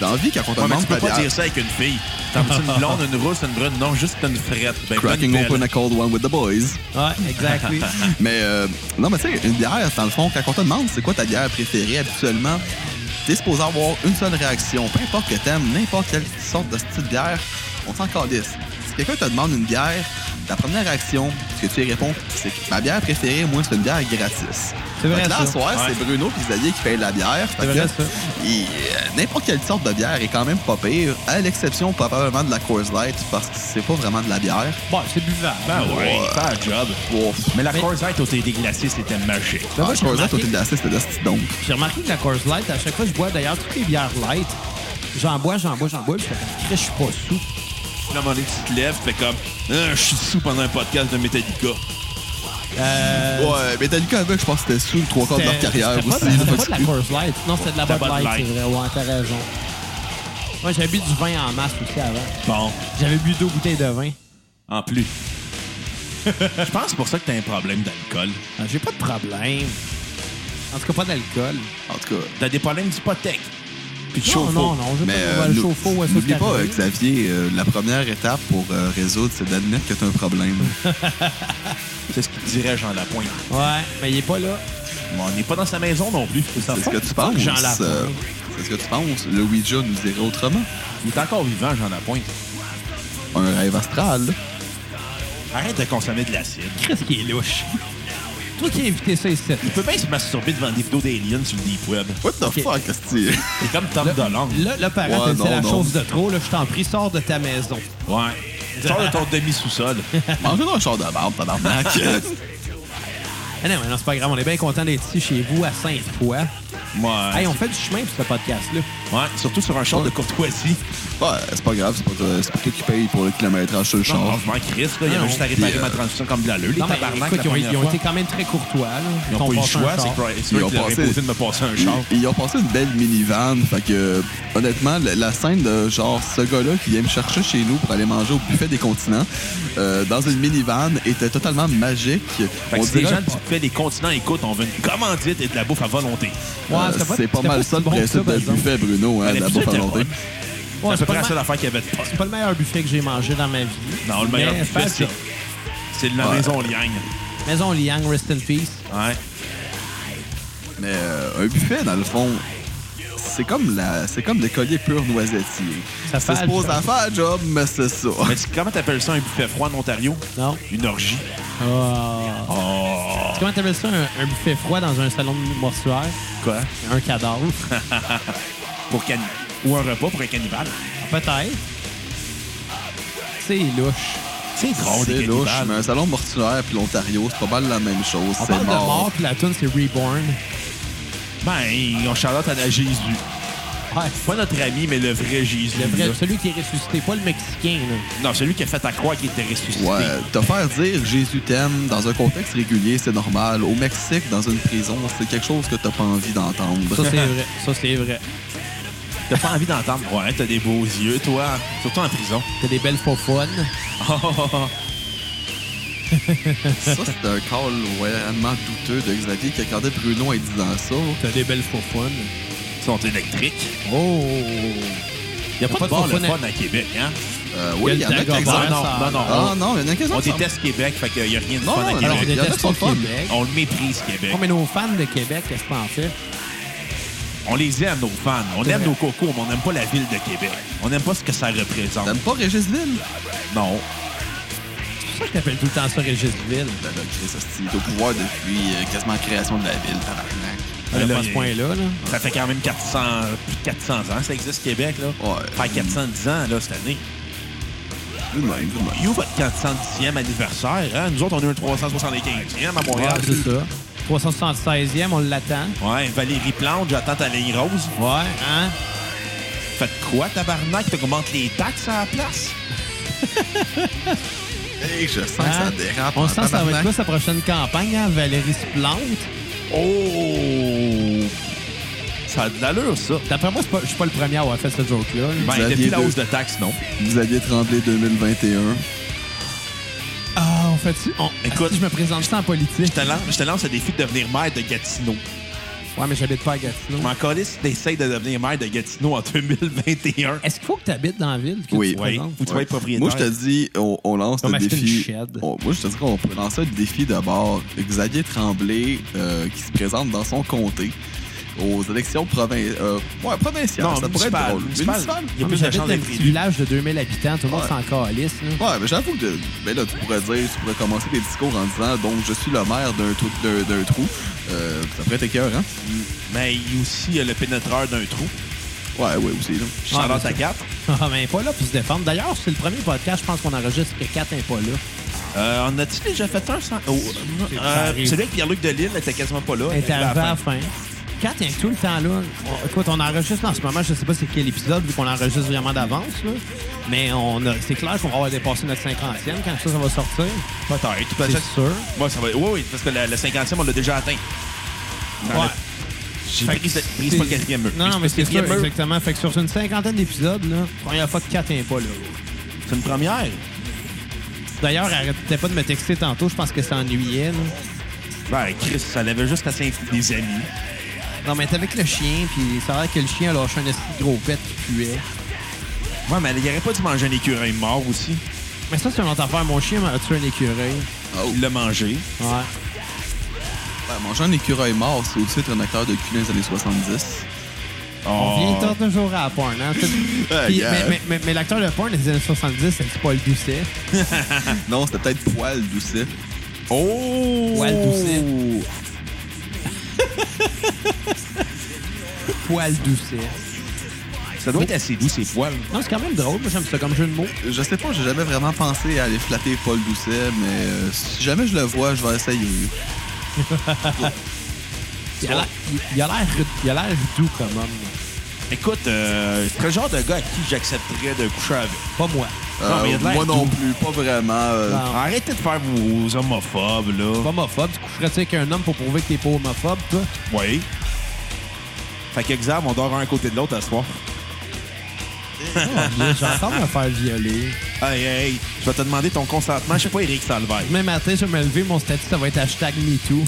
S3: Dans la vie, quand on te
S2: ouais, mais tu
S3: demande
S2: peux
S3: ta
S2: pas
S3: bière,
S2: dire ça avec une fille. T'en veux une blonde, une rousse, une brune? Non, juste une frette. Ben,
S3: cracking
S2: bonne
S3: open
S2: belle.
S3: a cold one with the boys.
S1: Ouais, exactly.
S3: Mais euh, non, mais tu sais, une bière, dans le fond, quand on te demande c'est quoi ta bière préférée habituellement, t'es supposé avoir une seule réaction. Peu importe que t'aimes, n'importe quelle sorte de style de bière, on s'en calisse. Si quelqu'un te demande une bière, ta première réaction, ce que tu y réponds, c'est que ma bière préférée, moi, c'est une bière gratis.
S1: C'est vrai,
S3: Fait que là,
S1: ça.
S3: ce soir,
S2: Ouais.
S3: c'est Bruno puis Xavier qui payent la bière. Fait
S1: C'est vrai,
S3: que,
S1: ça.
S3: il- euh, N'importe quelle sorte de bière est quand même pas pire, à l'exception probablement de la Coors Light, parce que c'est pas vraiment de la bière.
S1: bon, c'est buvable.
S2: Ben ouais,
S3: Ouais.
S2: faire un job.
S3: Ouf.
S2: Mais la
S1: Mais-
S2: Corsette au thé glacé, c'était magique.
S1: Ben,
S3: Ah,
S1: moi,
S3: la
S1: j'ai
S3: Coors Light au
S1: remarqué-
S3: thé glacé, c'était de la petite dompe.
S1: J'ai remarqué que la Coors Light, à chaque fois que je bois d'ailleurs toutes les bières light, j'en bois, j'en bois, j'en bois, puis je fais comme, Christ, je suis pas sous.
S2: Là, à un moment donné, tu te lèves, tu fais comme Ah, Je suis sous pendant un podcast de Metallica.
S1: Euh,
S3: Ouais, Metallica avec, je pense que c'était sous le trois quarts de leur
S1: c'était-
S3: carrière
S1: c'était
S3: aussi.
S1: pas de la-
S3: là,
S1: C'était pas
S3: parce
S1: de la
S3: que-
S1: Coors Light. Non, c'était de la
S2: De la
S1: Bud
S2: Bud
S1: Light,
S2: Light.
S1: c'est vrai. Ouais, t'as raison. Moi, j'avais bu du vin en masse aussi avant.
S2: Bon,
S1: J'avais bu deux bouteilles de vin.
S2: en
S3: [LAUGHS]
S2: plus. Je pense que c'est pour ça que t'as un problème d'alcool.
S1: Ah, J'ai pas de problème. En tout cas, pas d'alcool.
S3: En tout cas,
S2: T'as des problèmes d'hypothèque. Puis de
S1: Non,
S2: chauffe-eau.
S1: non, non, je
S3: mais
S1: pas
S3: euh,
S1: le
S3: nou-
S1: chauffe-eau ou ça,
S3: n'oublie
S1: c'est
S3: pas, euh,
S1: arrivé.
S3: Xavier, euh, la première étape pour euh, résoudre, c'est d'admettre que t'as
S1: [LAUGHS]
S3: un problème.
S2: C'est ce qu'il dirait Jean Lapointe.
S1: Ouais, mais il est pas là.
S2: Mais On n'est pas dans sa maison non plus.
S3: c'est ce que tu penses.
S1: Jean Lapointe.
S3: euh, C'est ce que tu penses. Le Ouija nous dirait autrement.
S2: Il est encore vivant, Jean Lapointe.
S3: Un rêve astral. là.
S2: Arrête de consommer de l'acide.
S1: Qu'est-ce qui est louche? Toi qui as invité ça ici.
S2: Il peut bien se masturber devant des vidéos d'aliens sur le deep web.
S3: What the
S1: Ok.
S3: fuck, qu'est-ce
S1: [LAUGHS]
S3: que tu-
S2: C'est comme Tom Dolan.
S1: Là, là, parent,
S3: Ouais,
S1: t'as dit, c'est
S3: non,
S1: la
S3: non.
S1: chose de trop. Là, je t'en prie, sors de ta maison.
S2: Ouais. Sors de ton
S1: [LAUGHS]
S2: demi-sous-sol.
S3: Mange un char de barbe, tabarnak.
S1: Ah non, mais non, c'est pas grave. On est bien content d'être ici chez vous à Sainte-Foy.
S2: Moi,
S1: Hey, on fait du chemin pour ce podcast-là.
S2: Ouais, surtout sur un char de courtoisie.
S3: Bah, c'est pas grave, c'est pas, toi- c'est pas toi qui paye pour le kilométrage sur le
S2: Non,
S3: char.
S2: franchement, Chris, là, il y avait
S1: non.
S2: juste à réparer
S3: Puis,
S2: ma
S3: euh,
S2: transmission comme de la leu, les
S1: Non, mais
S2: tabarnak.
S1: écoute,
S2: la
S1: ils ont,
S2: première
S1: ils ont
S2: fois.
S1: été quand même très courtois. Là.
S2: Ils
S1: ont
S2: n'ont pas eu le
S1: passé un
S2: choix,
S1: char.
S2: c'est que c'est
S3: Ils
S2: eux
S3: ont
S2: qui leur
S3: passé-
S2: imposé de me passer un char.
S3: Ils, ils ont passé une belle minivan. Fait que, honnêtement, la, la scène de genre ce gars-là qui vient me chercher chez nous pour aller manger au buffet des continents euh, dans une minivan était totalement magique.
S2: Fait que
S3: On
S2: si les
S3: dirait-
S2: gens du fait des continents écoutent, on veut une commandite et de la bouffe à volonté.
S3: euh,
S1: Ouais, c'était
S3: c'est pas
S1: c'était
S3: mal ça
S1: si
S3: le
S1: bon que
S3: principe
S1: par
S3: d'un
S1: exemple.
S3: buffet, Bruno, hein,
S2: Mais
S3: de la
S2: l'habitude,
S3: bouffe à
S2: c'est
S3: volonté.
S2: bon. C'est
S1: Ouais,
S2: à peu
S1: c'est
S2: près
S1: pas,
S2: la
S1: le
S2: seule
S1: me-
S2: affaire qu'il y avait de pas.
S1: c'est pas le meilleur buffet que j'ai mangé dans ma vie.
S2: Non, le meilleur
S1: Mais
S2: buffet,
S1: faire
S2: c'est-
S1: ça.
S2: c'est de la
S3: Ouais.
S2: maison Liang.
S1: Maison Liang, rest in peace.
S2: Ouais.
S3: Mais euh, un buffet, dans le fond, c'est comme la, c'est comme le collier pur noisettier.
S1: Ça fait
S3: C'est
S1: un
S3: supposé
S1: job.
S3: à faire un job, mais c'est ça.
S2: Mais tu- comment t'appelles ça un buffet froid en Ontario?
S1: Non.
S2: Une orgie.
S1: Ah.
S2: Oh,
S1: Comment t'appelles ça un, un buffet froid dans un salon de mortuaire?
S2: quoi?
S1: Un cadavre? [LAUGHS]
S2: Pour cani- Ou un repas pour un cannibale.
S1: Peut-être. C'est louche.
S2: C'est drôle, des
S3: C'est louche,
S2: cannibales.
S3: mais un salon mortuaire puis l'Ontario, c'est pas mal la même chose.
S1: On
S3: c'est
S1: parle de mort,
S3: mort.
S1: puis la tune c'est Reborn.
S2: Ben, on charlotte à la Jésus.
S1: Ouais.
S2: Pas notre ami, mais le vrai Jésus.
S1: Ah, Le vrai,
S2: là.
S1: celui qui est ressuscité, pas le Mexicain. Là.
S2: Non, celui qui a fait à croire qu'il était ressuscité.
S3: Ouais, te faire dire Jésus t'aime dans un contexte régulier, c'est normal. Au Mexique, dans une prison, c'est quelque chose que t'as pas envie d'entendre.
S1: Ça, [LAUGHS] c'est vrai. Ça, c'est vrai.
S2: T'as pas envie d'entendre. Ouais, t'as des beaux yeux, toi. Surtout en prison.
S1: T'as des belles faux fun.
S3: ça, c'est un call vraiment douteux de Xavier qui regardait Bruno en disant ça.
S1: T'as des belles faux fun.
S2: Ils sont électriques.
S1: Oh!
S2: Il n'y a pas,
S1: pas
S2: de
S1: de
S2: bar le
S1: faux
S2: fun
S1: fun
S2: à Québec, hein?
S3: Euh, oui,
S1: Quel
S3: il y en a
S1: Dagobert,
S3: quelques-uns.
S1: ça.
S2: non, non, non.
S3: Ah non, il y en a
S2: on
S3: quelques-uns.
S2: déteste Québec, fait qu'il n'y a rien de
S3: Non,
S2: fun à
S3: non,
S1: Alors, on
S2: Québec.
S3: il y en a qui
S1: déteste
S3: sont
S1: pas
S3: fun.
S1: Québec.
S2: On le méprise, Québec.
S1: Oh, mais nos fans de Québec, qu'est-ce qu'on fait?
S2: On les aime, nos fans. On
S1: C'est
S2: aime
S1: vrai.
S2: nos cocos, mais on n'aime pas la ville de Québec. On n'aime pas ce que ça représente.
S3: T'aimes pas Régis Ah, Ville?
S2: Non.
S1: C'est pour ça que t'appelles tout le temps ça Régisville.
S3: Ben là, Chris, hostie, il est au pouvoir depuis euh, quasiment la création de la ville, tabarnak.
S1: Elle pas
S2: là,
S1: à
S2: il y
S1: ce
S2: a-
S1: point-là. Là.
S2: Ça fait quand même 400, plus de 400 ans ça existe, Québec. Là.
S3: Ouais.
S2: Faire 410 ans là, cette année.
S3: Vu Ah, de même, vu de même.
S2: You, votre 410e anniversaire. hein? Nous autres, on a eu un 375e à
S1: Ouais,
S2: Montréal.
S1: Ah, c'est ça. 376e, on l'attend.
S2: Ouais, Valérie Plante, j'attends ta ligne rose.
S1: Ouais, hein?
S2: Faites quoi, tabarnak? T'augmentes les taxes à la place?
S3: Hey, je sens que ça
S1: Hein?
S3: dérape.
S1: On
S3: en
S1: sent que ça va être
S3: tabarnak.
S1: quoi sa prochaine campagne, hein? Valérie se plante.
S2: Oh! Ça a de l'allure, ça.
S1: D'après moi, c'est pas- je suis pas le premier à avoir fait ce joke-là. là.
S2: Ben,
S3: Xavier
S2: depuis la
S3: deux.
S2: hausse de taxes, non.
S3: Xavier Tremblay 2021.
S1: Ah, on fait tu
S2: Écoute,
S1: Écoute, je me présente ça en politique.
S2: Je te lance, je te lance le défi de devenir maire de Gatineau.
S1: Ouais, mais j'habite pas à Gatineau.
S2: Mon caliste essaye de devenir maire de Gatineau en 2021.
S1: Est-ce qu'il faut que tu habites dans la ville? Que
S3: Oui.
S1: tu te
S2: Oui,
S1: présentes?
S2: ou tu vas être propriétaire.
S3: Moi, je te dis, on, on lance
S1: On
S3: le
S1: va acheter une
S3: défi.
S1: shed.
S3: on- moi, je te dis qu'on peut lancer le défi d'abord. Xavier Tremblay, euh, qui se présente dans son comté aux élections provin euh, ouais, provinciales.
S2: Non,
S3: ça pourrait être
S2: municipal,
S3: drôle.
S2: municipal.
S3: Municipal?
S2: Il y a
S1: Ah,
S2: plus
S1: mais
S2: de
S1: J'habite
S2: chances
S1: dans un
S2: d'être
S1: petit
S2: élu.
S1: village de 2000 habitants, tout le monde
S3: Ouais.
S1: s'en calisse. là.
S3: Ouais, mais j'avoue que ben là, tu pourrais dire, tu pourrais commencer tes discours en disant donc je suis le maire d'un trou, d'un- d'un trou. Euh, ça pourrait être écœurant. hein?
S2: Mais il y a aussi euh, le pénétreur d'un trou.
S3: Ah, Ouais, ouais, aussi. Là.
S2: Je suis en
S1: Ah,
S2: vente à
S1: mais
S2: quatre.
S1: [LAUGHS] Ah, ben, pas là pour se défendre. D'ailleurs, c'est le premier podcast, je pense qu'on enregistre que 4 n'est pas là.
S2: Euh, on a-tu déjà fait un sans. Oh, euh,
S1: C'est
S2: euh,
S1: pareil.
S2: celui avec Pierre-Luc Delisle était quasiment pas là. Ben,
S1: Elle était
S2: Elle était à
S1: arrivée
S2: la
S1: à la
S2: fin.
S1: fin. Quand t'es tout le temps là, on- écoute, on enregistre en ce moment, je sais pas c'est quel épisode, vu qu'on enregistre vraiment d'avance, là. mais on a- c'est clair qu'on va avoir dépassé notre 50e quand ça, ça va sortir.
S2: Peut-être.
S1: C'est
S2: peut-être.
S1: sûr.
S2: Moi, ça va. Oui, oui, parce que la- le 50e, on l'a déjà atteint. Dans
S1: Ouais.
S2: le- J'ai
S1: Fait que
S2: brisé-
S1: c'est-
S2: brise pas le quatrième mur.
S1: Non, non, mais
S2: Brise pas
S1: c'est
S2: le
S1: ça,
S2: quatrième mur.
S1: exactement. Fait que sur une cinquantaine d'épisodes, là, première fois que 4 n'est pas là.
S2: C'est une première.
S1: D'ailleurs, arrêtez pas de me texter tantôt, je pense que ça ennuyait. là.
S2: Ben, Chris, ça avait juste assez des amis.
S1: Non, mais t'es avec le chien, puis ça a l'air que le chien a lâché un esti de gros pet qui puait.
S2: Ouais, mais il aurait pas dû manger un écureuil mort aussi.
S1: Mais ça, c'est une autre affaire. Mon chien m'a tué un écureuil.
S3: Oh,
S2: Il l'a mangé.
S1: Ouais.
S3: ben, manger un écureuil mort, c'est aussi être un acteur de cul dans les années 70.
S1: On vient
S2: Oh.
S1: tard toujours à la porn, hein? Tout-
S3: Ah,
S1: Puis-
S3: gars.
S1: mais mais, mais, mais l'acteur de porn des années 70, c'est Paul Doucet.
S3: Non, c'était peut-être poil doucet.
S2: Oh!
S1: Poil doucet. Paul Doucet.
S2: Ça doit être assez doux, ces poils.
S1: Non, c'est quand même drôle. Moi, j'aime ça comme jeu de mots.
S3: Je sais pas, j'ai jamais vraiment pensé à aller flatter Paul Doucet, mais euh, si jamais je le vois, je vais essayer.
S1: Il a l'air- il- il a l'air il a l'air doux comme homme.
S2: Écoute, euh, c'est le genre de gars à qui j'accepterais de coucher avec.
S1: Pas moi.
S2: Non, mais il a
S3: Euh,
S2: de l'air
S3: moi non
S2: doux.
S3: plus, pas vraiment. euh,
S1: Non.
S2: Arrêtez de faire vos homophobes,
S1: Pas
S2: là.
S1: homophobe. Tu coucherais-tu avec un homme pour prouver que t'es pas homophobe, toi? [LAUGHS]
S2: Oui. Fait que, Xav, on dort un à côté de l'autre à ce soir.
S1: Oh, J'ai encore me faire violer.
S2: Hey, hey, je vais te demander ton consentement. Je sais pas, Eric
S1: [LAUGHS]
S2: Salvaire.
S1: Demain matin, je vais me lever, mon statut, ça va être hashtag
S3: [LAUGHS]
S1: MeToo.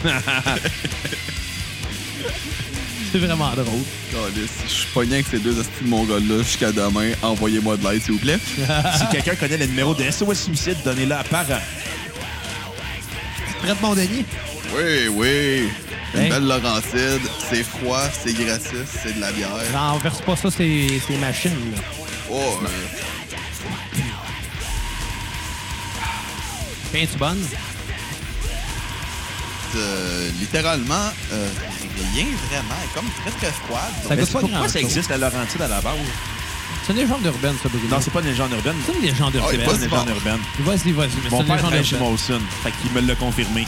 S1: C'est vraiment drôle.
S3: Caliste, Je suis pogné avec ces deux astuces mongols-là jusqu'à demain. Envoyez-moi de l'aide, s'il vous plaît.
S2: si quelqu'un connaît le numéro de SOS Suicide, donnez-le à parent.
S1: Prête mon denier?
S3: Oui, oui. Une
S1: Hey.
S3: belle Laurentide. C'est froid, c'est gratis, c'est de la bière.
S1: Renverse pas ça, c'est c'est machines. là.
S3: Oh, euh,
S1: Ben, tu bonne?
S3: euh, littéralement, euh, rien vraiment. Elle est comme très, très froide.
S1: Ça
S3: Mais
S1: coûte pas
S2: Pourquoi
S1: grand
S2: ça existe, la Laurentide, à la base?
S1: C'est une légende urbaine, ça, Bruno.
S2: Non, c'est pas une légende urbaine.
S1: C'est une légende
S3: Ah,
S1: urbaine.
S3: il est pas
S2: C'est une légende
S3: sport.
S2: urbaine.
S1: Vas-y, vas-y. mais c'est
S2: Mon
S1: une
S2: père
S1: légende
S2: travaille chez
S1: urbaine.
S2: Molson. Fait qu'il me l'a confirmé.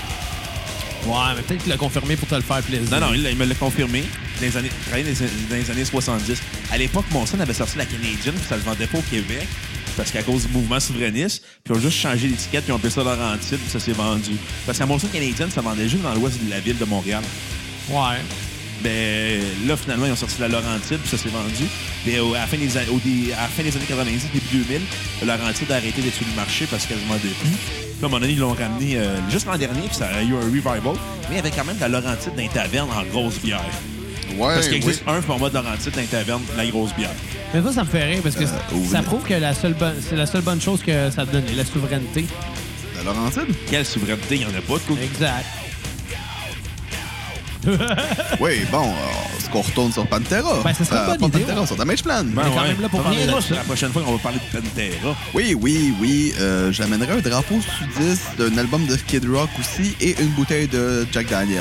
S1: Ouais, mais peut-être qu'il l'a confirmé pour te le faire plaisir.
S2: Non, non, il, il me l'a confirmé. Dans les années, il travaillait dans les- dans les années 70. À l'époque, Monson avait sorti la Canadian, puis ça le vendait pas au Québec, parce qu'à cause du mouvement souverainiste, puis ils ont juste changé l'étiquette, puis ils ont appelé ça Laurentide, puis ça s'est vendu. Parce qu'à Monson Canadian, ça vendait juste dans l'ouest de la ville de Montréal.
S1: Ouais.
S2: Ben là, finalement, ils ont sorti la Laurentide, puis ça s'est vendu. Mais au- à la fin des, an- au dé- à la fin des années 90, début 2000, la Laurentide a arrêté d'être sur le marché parce qu'elle ne vendait plus. Puis à un moment donné, ils l'ont ramené euh, juste l'an dernier, puis ça a eu un revival. Mais il y avait quand même de la Laurentide dans les tavernes en grosse bière.
S3: Ouais,
S2: Parce qu'il
S3: Eh oui.
S2: existe un format de Laurentide dans les tavernes, la grosse bière.
S1: Mais ça, ça me fait rire parce que
S3: Euh,
S1: c-
S3: oui.
S1: ça prouve que la seule bonne- c'est la seule bonne chose que ça donne, la souveraineté.
S3: La Laurentide?
S2: Quelle souveraineté, il n'y en a pas, quoi.
S1: Exact.
S3: oui, bon, euh, est-ce qu'on retourne sur Pantera?
S1: Ben, ce serait une
S3: Euh,
S1: bonne
S3: pas
S1: idée,
S3: Pantera,
S1: ouais.
S3: sur Damage Plan.
S2: Ben
S1: est quand même là pour parler de
S2: Reviendra
S1: ça.
S2: sur la prochaine fois qu'on va parler de Pantera.
S3: Oui, oui, oui. euh, J'amènerai un drapeau sudiste d'un album de Kid Rock aussi et une bouteille de Jack Daniel.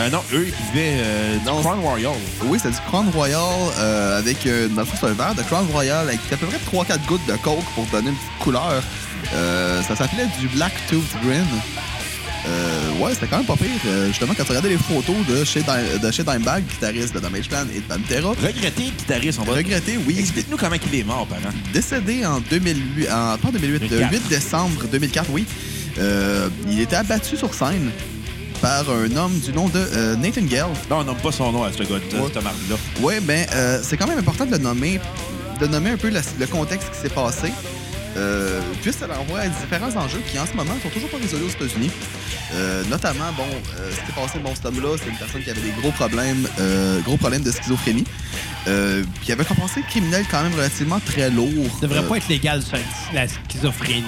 S2: Euh, non, eux, ils vivaient euh, du
S3: Non,
S2: Crown Royal.
S3: Oui, c'est du Crown Royal euh, avec, euh, dans le fond, c'est un verre de Crown Royal avec à peu près 3-4 gouttes de coke pour donner une petite couleur. Euh, ça s'appelait du Black Tooth Grin. Euh, ouais, c'était quand même pas pire. Euh, justement, quand tu regardais les photos de chez, Di- de chez Dimebag, guitariste de Damage Plan et de Pantera,
S2: Regretté, guitariste, on va...
S3: regretté, oui,
S2: Explique-nous comment il est mort, parent.
S3: décédé en 2008, en, pas en 2008, le
S2: 2004.
S3: 8 euh, décembre 2004, oui. Euh, il était abattu sur scène par un homme du nom de euh, Nathan Gale.
S2: Non, on nomme pas son nom à ce gars
S3: Ouais.
S2: cette marque-là.
S3: Oui, ben, euh, c'est quand même important de le nommer, de nommer un peu la- le contexte qui s'est passé. Euh, puis ça renvoie à différents enjeux qui, en ce moment, sont toujours pas résolus aux États-Unis. Euh, notamment, bon, euh, ce qui s'est passé, bon, cet homme-là, c'est une personne qui avait des gros problèmes, euh, gros problèmes de schizophrénie. Euh, puis il avait un passé criminel quand même relativement très lourd.
S1: Ça devrait
S3: Euh,
S1: pas être légal, ça, la schizophrénie.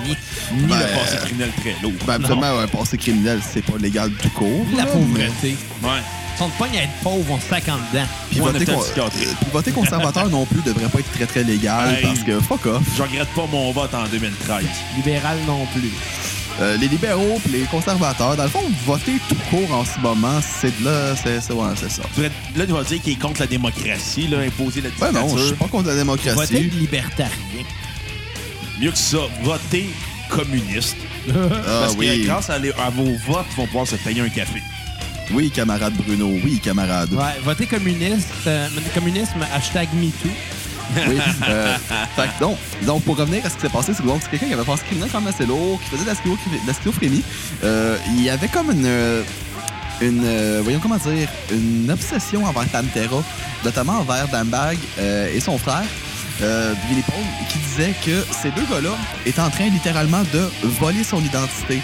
S2: Ni
S3: Ben,
S2: le passé criminel très lourd.
S3: Ben, absolument, un passé criminel, c'est pas légal du court.
S1: La
S3: là,
S1: pauvreté.
S2: Ouais.
S1: Si on te pogne à être pauvre, on se sac en dedans.
S3: mais- Puis
S2: Ou en
S3: voter,
S2: étant
S3: con-
S2: psychiatrique.
S3: euh, puis
S2: [LAUGHS]
S3: voter conservateur non plus devrait pas être très très légal
S2: Hey.
S3: parce que fuck off.
S2: Je regrette pas mon vote en 2013.
S1: Libéral non plus.
S3: Euh, les libéraux puis les conservateurs, dans le fond, voter tout court en ce moment, c'est de là, c'est c'est- ouais, c'est ça.
S2: Tu vas- Là, tu vas dire qu'il est contre la démocratie, là, imposer la
S3: Ben
S2: dictature.
S3: non, je suis pas contre la
S1: Voter
S2: hein?
S3: démocratie.
S1: libertarien.
S2: Mieux que ça, voter communiste.
S3: Ah
S2: Parce que
S3: oui,
S2: grâce à, les- à vos votes, ils vont pouvoir se payer un café.
S3: oui, camarade Bruno, oui, camarade.
S1: Ouais, voter communiste, euh, communisme, hashtag MeToo.
S3: [LAUGHS] Oui. euh, fait que donc, donc, pour revenir à ce qui s'est passé, c'est que donc, c'est quelqu'un qui avait passé criminel quand même assez lourd, qui faisait de la, schizo- de la schizophrénie. Euh, il y avait comme une. euh, une euh, voyons comment dire, une obsession envers Pantera, notamment envers Dambag et son frère, euh, Billy Paul, qui disait que ces deux gars-là étaient en train littéralement de voler son identité.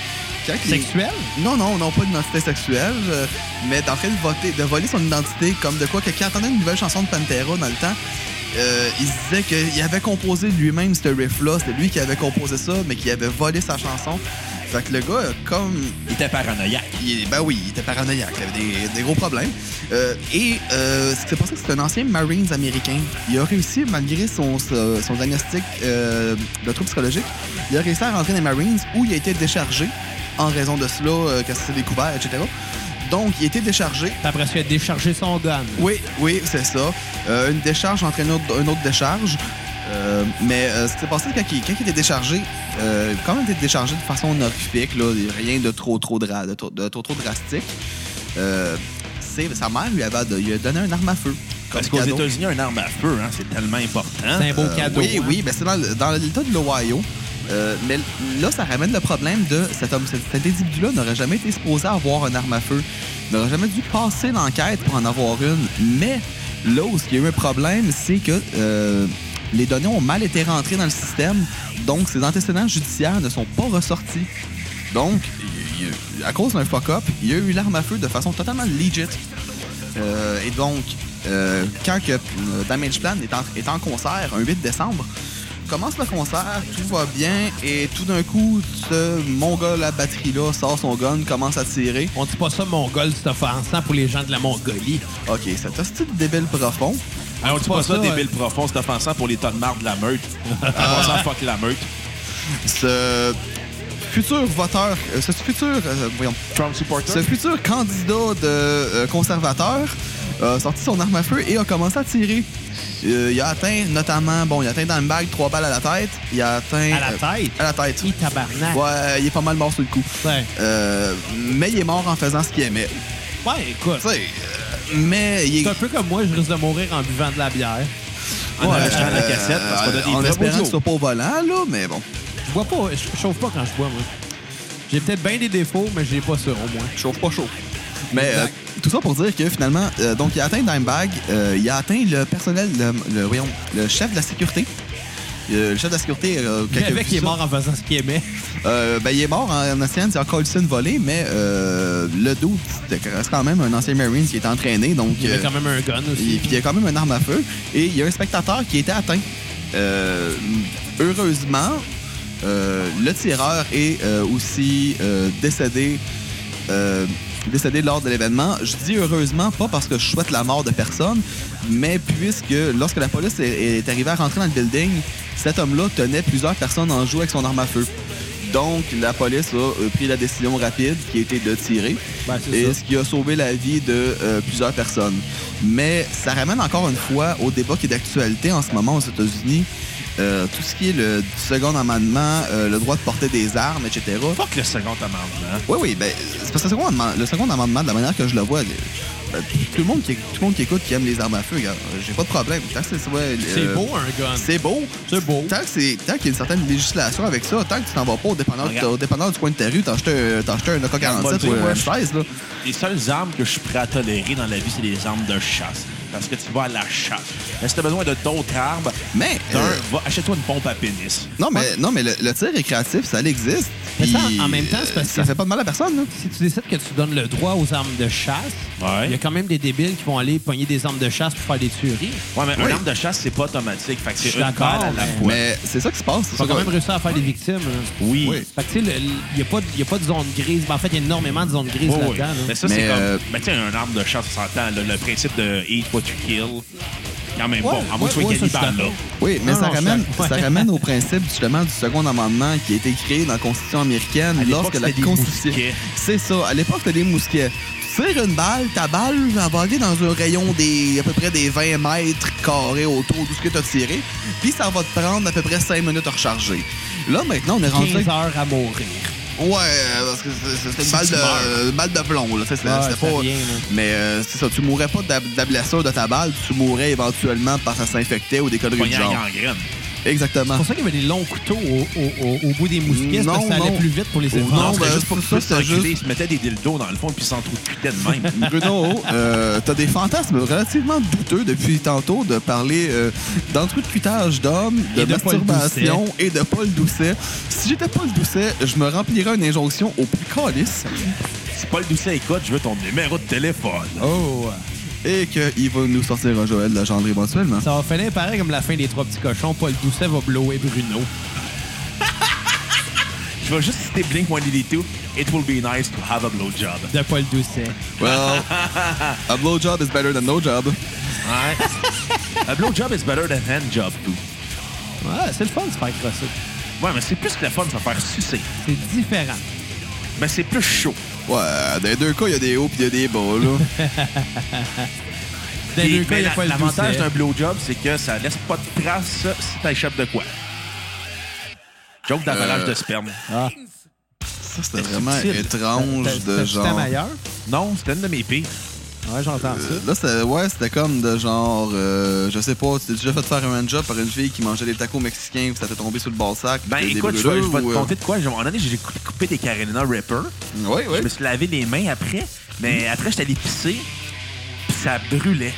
S3: Quand il-
S1: Sexuel?
S3: non, non, non, pas d'identité sexuelle, euh, mais d'en train de, voter, de voler son identité comme de quoi que quand entendait une nouvelle chanson de Pantera dans le temps, euh, il se disait qu'il avait composé lui-même ce riff-là, c'était lui qui avait composé ça, mais qui avait volé sa chanson. Fait que le gars, euh, comme
S2: Il était paranoïaque.
S3: il, ben oui, il était paranoïaque, il avait des, des gros problèmes. Euh, et euh, ce qui s'est passé, c'est un ancien Marines américain. Il a réussi, malgré son, son son diagnostic euh, de trouble psychologique, il a réussi à rentrer dans les Marines où il a été déchargé en raison de cela, euh, que ça s'est découvert, etc. Donc, il a été déchargé.
S1: Puis Après ça, il a déchargé son gun.
S3: Oui, oui, c'est ça. Euh, une décharge entraîne une autre, une autre décharge. Euh, mais euh, ce qui s'est passé, quand il, quand il était déchargé, euh, quand il était déchargé de façon honorifique, là, rien de trop trop, dra- de trop, de trop, trop drastique, euh, c'est- sa mère lui avait ad- lui a donné un arme à feu.
S2: Parce
S3: comme
S2: qu'aux
S3: cadeau.
S2: États-Unis, un arme à feu, hein, c'est tellement important.
S1: C'est un beau
S3: Euh,
S1: cadeau.
S3: Oui,
S1: hein.
S3: oui, ben c'est dans, le- dans l'État de l'Ohio. Euh, mais là, ça ramène le problème de cet homme, cet cet individu-là n'aurait jamais été supposé avoir une arme à feu. Il n'aurait jamais dû passer l'enquête pour en avoir une. Mais là où il y a eu un problème, c'est que euh, les données ont mal été rentrées dans le système, donc ses antécédents judiciaires ne sont pas ressortis. Donc, il y a- il y a- à cause d'un fuck-up, il y a eu l'arme à feu de façon totalement legit. Euh, et donc, euh, quand que, euh, Damage Plan est en, est en concert, un 8 décembre, commence le concert, tout va bien, et tout d'un coup, ce mongol à batterie-là sort son gun, commence à tirer.
S1: On dit pas ça mongol, c'est offensant pour les gens de la Mongolie.
S3: Ok, cet hostie de débile profond.
S2: Alors, tu
S1: pas
S2: Ah, pas ça,
S1: ça,
S2: des
S1: ouais.
S2: villes profondes, c'est offensant pour les tas de marde de
S1: [LAUGHS]
S2: la meute. Ah, En passant, fuck la meute.
S3: Ce futur voteur, euh, ce futur, euh, voyons,
S2: Trump supporter.
S3: ce futur candidat de euh, conservateur a sorti son arme à feu et a commencé à tirer. Euh, il a atteint notamment, bon, il a atteint dans le bag trois balles à la tête. Il a atteint.
S1: À la tête?
S3: À la tête.
S1: Qui tabarnak.
S3: Euh, Ouais, il est pas mal mort sur le coup.
S1: Ouais.
S3: Euh, mais il est mort en faisant ce qu'il aimait.
S1: Ouais, écoute.
S3: Tu sais, euh, mais il est.
S1: C'est un peu comme moi, je risque de mourir en buvant de la bière.
S2: En
S3: Ouais,
S2: achetant la
S3: euh,
S2: cassette, parce qu'on a des
S3: En
S2: vrais
S3: espérant
S2: beaux
S3: que ce soit pas au volant, là, mais bon.
S1: Je bois pas, je chauffe pas quand je bois, moi. J'ai peut-être bien des défauts, mais j'ai pas ça, au moins.
S3: Chauffe pas chaud. Mais euh, tout ça pour dire que finalement, euh, donc il a atteint Dimebag, euh, il a atteint le personnel, le, le- voyons, le chef de la sécurité. Euh, le chef de la sécurté, euh, quand
S1: Le
S3: il a
S1: mec
S3: vu
S1: est
S3: ça,
S1: mort en faisant ce qu'il aimait.
S3: euh, ben, il est mort en, en essayant de dire encore une volée, mais euh, le dos, c'était quand même un ancien Marine qui était entraîné, donc
S1: Il y
S3: euh,
S1: avait quand même un gun
S3: Et
S1: aussi.
S3: puis il y a quand même une arme à feu. Et il y a un spectateur qui était atteint. Euh, heureusement, euh, le tireur est euh, aussi euh, décédé. euh, décédé lors de l'événement. Je dis heureusement, pas parce que je souhaite la mort de personne, mais puisque lorsque la police est, est arrivée à rentrer dans le building, cet homme-là tenait plusieurs personnes en joue avec son arme à feu. Donc, la police a euh, pris la décision rapide qui était de tirer
S1: Ben, c'est
S3: et
S1: ça.
S3: ce qui a sauvé la vie de euh, plusieurs personnes. Mais ça ramène encore une fois au débat qui est d'actualité en ce moment aux États-Unis. Euh, tout ce qui est le second amendement, euh, le droit de porter des armes, etc.
S2: Fuck le second amendement.
S3: Oui, oui, ben, c'est parce que le second, amendement, le second amendement, de la manière que je le vois, le- ben, tout, le monde qui, tout le monde qui écoute, qui aime les armes à feu, regarde, euh, j'ai pas de problème. Tant que c'est ouais,
S1: C'est
S3: euh,
S1: beau, un gun.
S3: C'est beau.
S1: C'est beau.
S3: Tant que c'est- tant qu'il y a une certaine législation avec ça, tant que tu t'en vas pas au dépanneur,
S2: Regarde.
S3: au dépanneur du coin de ta rue, t'as acheté, un- t'as acheté un
S2: Moi,
S3: AK-47
S2: tu
S3: ou
S2: vois,
S3: un
S2: je-
S3: M16, là.
S2: Les seules armes que je suis prêt à tolérer dans la vie, c'est les armes de chasse. Parce que tu vas à la chasse. Mais si t'as besoin de d'autres armes,
S3: Mais,
S2: d'un,
S3: euh,
S2: va- achète-toi une pompe à pénis.
S3: Non, mais, non, mais le, le tir récréatif, ça l'existe.
S1: Mais ça,
S3: Puis,
S1: en même temps, c'est parce que-
S3: Ça fait pas de mal à personne, là.
S1: Si tu décides que tu donnes le droit aux armes de chasse, il
S2: Ouais.
S1: y a quand même des débiles qui vont aller pogner des armes de chasse pour faire des tueries.
S2: Ouais, mais
S3: Oui.
S2: une arme de chasse, c'est pas automatique. Fait que
S1: Je
S2: c'est
S1: suis
S2: une
S1: d'accord,
S2: balle à la
S1: mais-
S2: fois.
S3: Mais c'est ça qui se passe. c'est
S1: Ils ont
S3: ça
S1: quand
S3: que-
S1: même réussi à faire des victimes. là.
S2: Oui.
S3: Oui.
S1: Fait que, tu sais, il n'y a, pas de- y a pas de zone grise. Ben, en fait, il y a énormément de zones grises
S2: Ouais, ouais.
S1: là-dedans. là.
S2: Mais ça,
S3: Mais,
S2: c'est
S3: euh,
S2: comme. Mais tu sais, une arme de chasse, on s'entend. là, Le principe de eat what you kill, quand même
S1: Ouais,
S2: bon. À moins que tu sois
S1: ouais, ouais, ça, je suis
S2: cannibale, là.
S1: d'accord.
S3: Oui, mais
S1: Non,
S3: ça,
S1: non,
S3: ramène,
S1: je suis
S3: ça
S1: d'accord. [LAUGHS]
S3: ramène au principe justement du second amendement qui a été créé dans la Constitution américaine
S2: À l'époque,
S3: lorsque la
S2: c'était des
S3: Constitution.
S2: mousquets.
S3: C'est ça. À l'époque, c'était des mousquets. Tu tires une balle, ta balle elle va aller dans un rayon des à peu près des 20 mètres carrés autour de ce que tu as tiré, puis ça va te prendre à peu près 5 minutes à recharger. Là, maintenant, on est rendu.
S1: 15 heures à mourir.
S3: Ouais, euh, parce que c'est- c'était une
S2: Si
S3: balle
S2: tu
S3: de,
S2: meurs.
S3: euh, balle de plomb. Là. C'est- c'est-
S1: Ouais,
S3: c'était
S1: ça
S3: pas-
S1: vient, là.
S3: mais euh, c'est ça, tu mourrais pas de la, de la blessure de ta balle, tu mourrais éventuellement parce que ça s'infectait ou des conneries du
S2: Pogné en
S3: genre.
S2: gangrène.
S1: C'est
S3: Exactement.
S1: pour ça qu'il y avait des longs couteaux au, au- au- au bout des mousquets,
S3: Non,
S1: parce que ça allait
S3: non.
S1: plus vite pour les
S3: Oh,
S1: efforts.
S3: non,
S2: Non,
S3: ben,
S2: c'était juste pour
S3: pour
S2: ça,
S3: ça, c'était
S2: c'était juste. Ils
S3: juste-
S2: se mettaient des dildos dans le fond, puis ils s'en trouvaient de
S1: [LAUGHS]
S2: même.
S3: [LAUGHS] Bruno, euh, t'as des fantasmes relativement douteux depuis tantôt de parler euh, d'entrée de cutage d'hommes, de,
S1: Et de Paul
S3: masturbation et de Paul Doucet. Si j'étais Paul Doucet, je me remplirais une injonction au plus calice
S2: Si Paul Doucet écoute, je veux ton numéro de téléphone.
S1: Oh!
S3: et qu'il va nous sortir un Joël de Gendre éventuellement.
S1: Ça va finir pareil comme la fin des trois petits cochons. Paul Doucet va blower Bruno.
S2: Je vais juste citer Blink 182. It will be nice to have a blowjob.
S1: De Paul Doucet.
S2: [LAUGHS]
S3: Well, a blowjob is better than no job.
S2: Ouais. [LAUGHS] a blowjob is better than handjob, too.
S1: Ouais, c'est le fun de se faire crosser.
S2: Ouais, mais c'est plus que le fun de se faire sucer.
S1: C'est différent.
S2: Mais c'est plus chaud.
S3: Ouais, dans les deux cas, il y a des hauts et il y a des bas, là.
S1: Dans les
S2: Et-
S1: deux cas,
S2: mais
S1: il y a
S2: la-
S1: Paul
S2: L'avantage
S1: Doucet.
S2: d'un blowjob, c'est que ça laisse pas de traces si t'échappes de quoi. Joke d'avalage
S3: Euh.
S2: de sperme.
S3: Ça, c'était vraiment
S2: subtil.
S3: étrange
S1: C'était-
S3: de
S1: c'était
S3: genre.
S1: meilleur.
S2: Non, c'était une de mes pires.
S1: Ouais, j'entends ça.
S3: Euh, Là, c'était ouais, c'était comme de genre, euh, je sais pas, tu t'es déjà fait faire un hand-job par une fille qui mangeait des tacos mexicains, puis ça t'est tombé sur le bas sac.
S2: Ben
S3: puis des
S2: écoute, je vais,
S3: brûlures,
S2: je vais
S3: ou,
S2: te
S3: euh,
S2: compter de quoi. À un moment donné, j'ai coupé, coupé des Carolina Ripper.
S3: Ouais, ouais.
S2: Je me suis lavé les mains après, mais après, j'étais allé pisser, puis ça brûlait.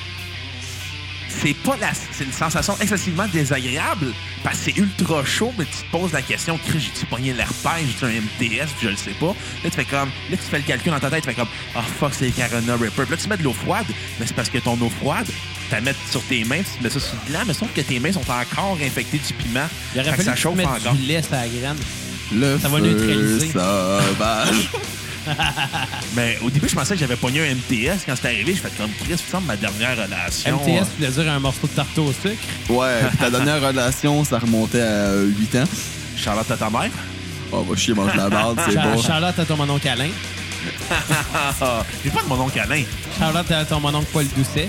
S2: C'est pas la... C'est une sensation excessivement désagréable, parce que c'est ultra chaud, mais tu te poses la question, Chris, j'ai-tu pogné l'herpès, j'ai-tu un MTS, puis je le sais pas. Là, tu fais comme... Là, tu fais le calcul dans ta tête, tu fais comme... Ah, fuck, c'est les Carolina Ripper. Puis là, tu mets de l'eau froide, mais c'est parce que ton eau froide, tu la mets sur tes mains, puis tu mets ça sur le gland, mais sauf que tes mains sont encore infectées du piment.
S1: Il aurait
S2: Fait que
S1: fallu
S2: ça
S1: que tu
S2: chauffe
S1: mettes
S2: encore.
S1: du lait sur la graine.
S3: Le
S1: Ça va
S3: feu
S1: neutraliser.
S2: [LAUGHS]
S3: sauvage.
S2: Mais Ben, au début, je pensais que j'avais pogné un MTS. Quand c'est arrivé, je fais comme Chris, ça ma dernière relation.
S1: MTS, tu voulais dire un morceau de tarte au sucre.
S3: ouais, puis ta dernière relation, ça remontait à euh, 8 ans.
S2: euh, Charlotte à ta mère.
S3: Oh, va chier, mange la barde,
S2: [LAUGHS]
S3: c'est
S1: Cha-
S3: bon.
S1: Charlotte à ton mononcle Alain.
S2: Ah, J'ai pas de mon oncle Alain.
S1: Charlotte à ton mononcle Paul Doucet.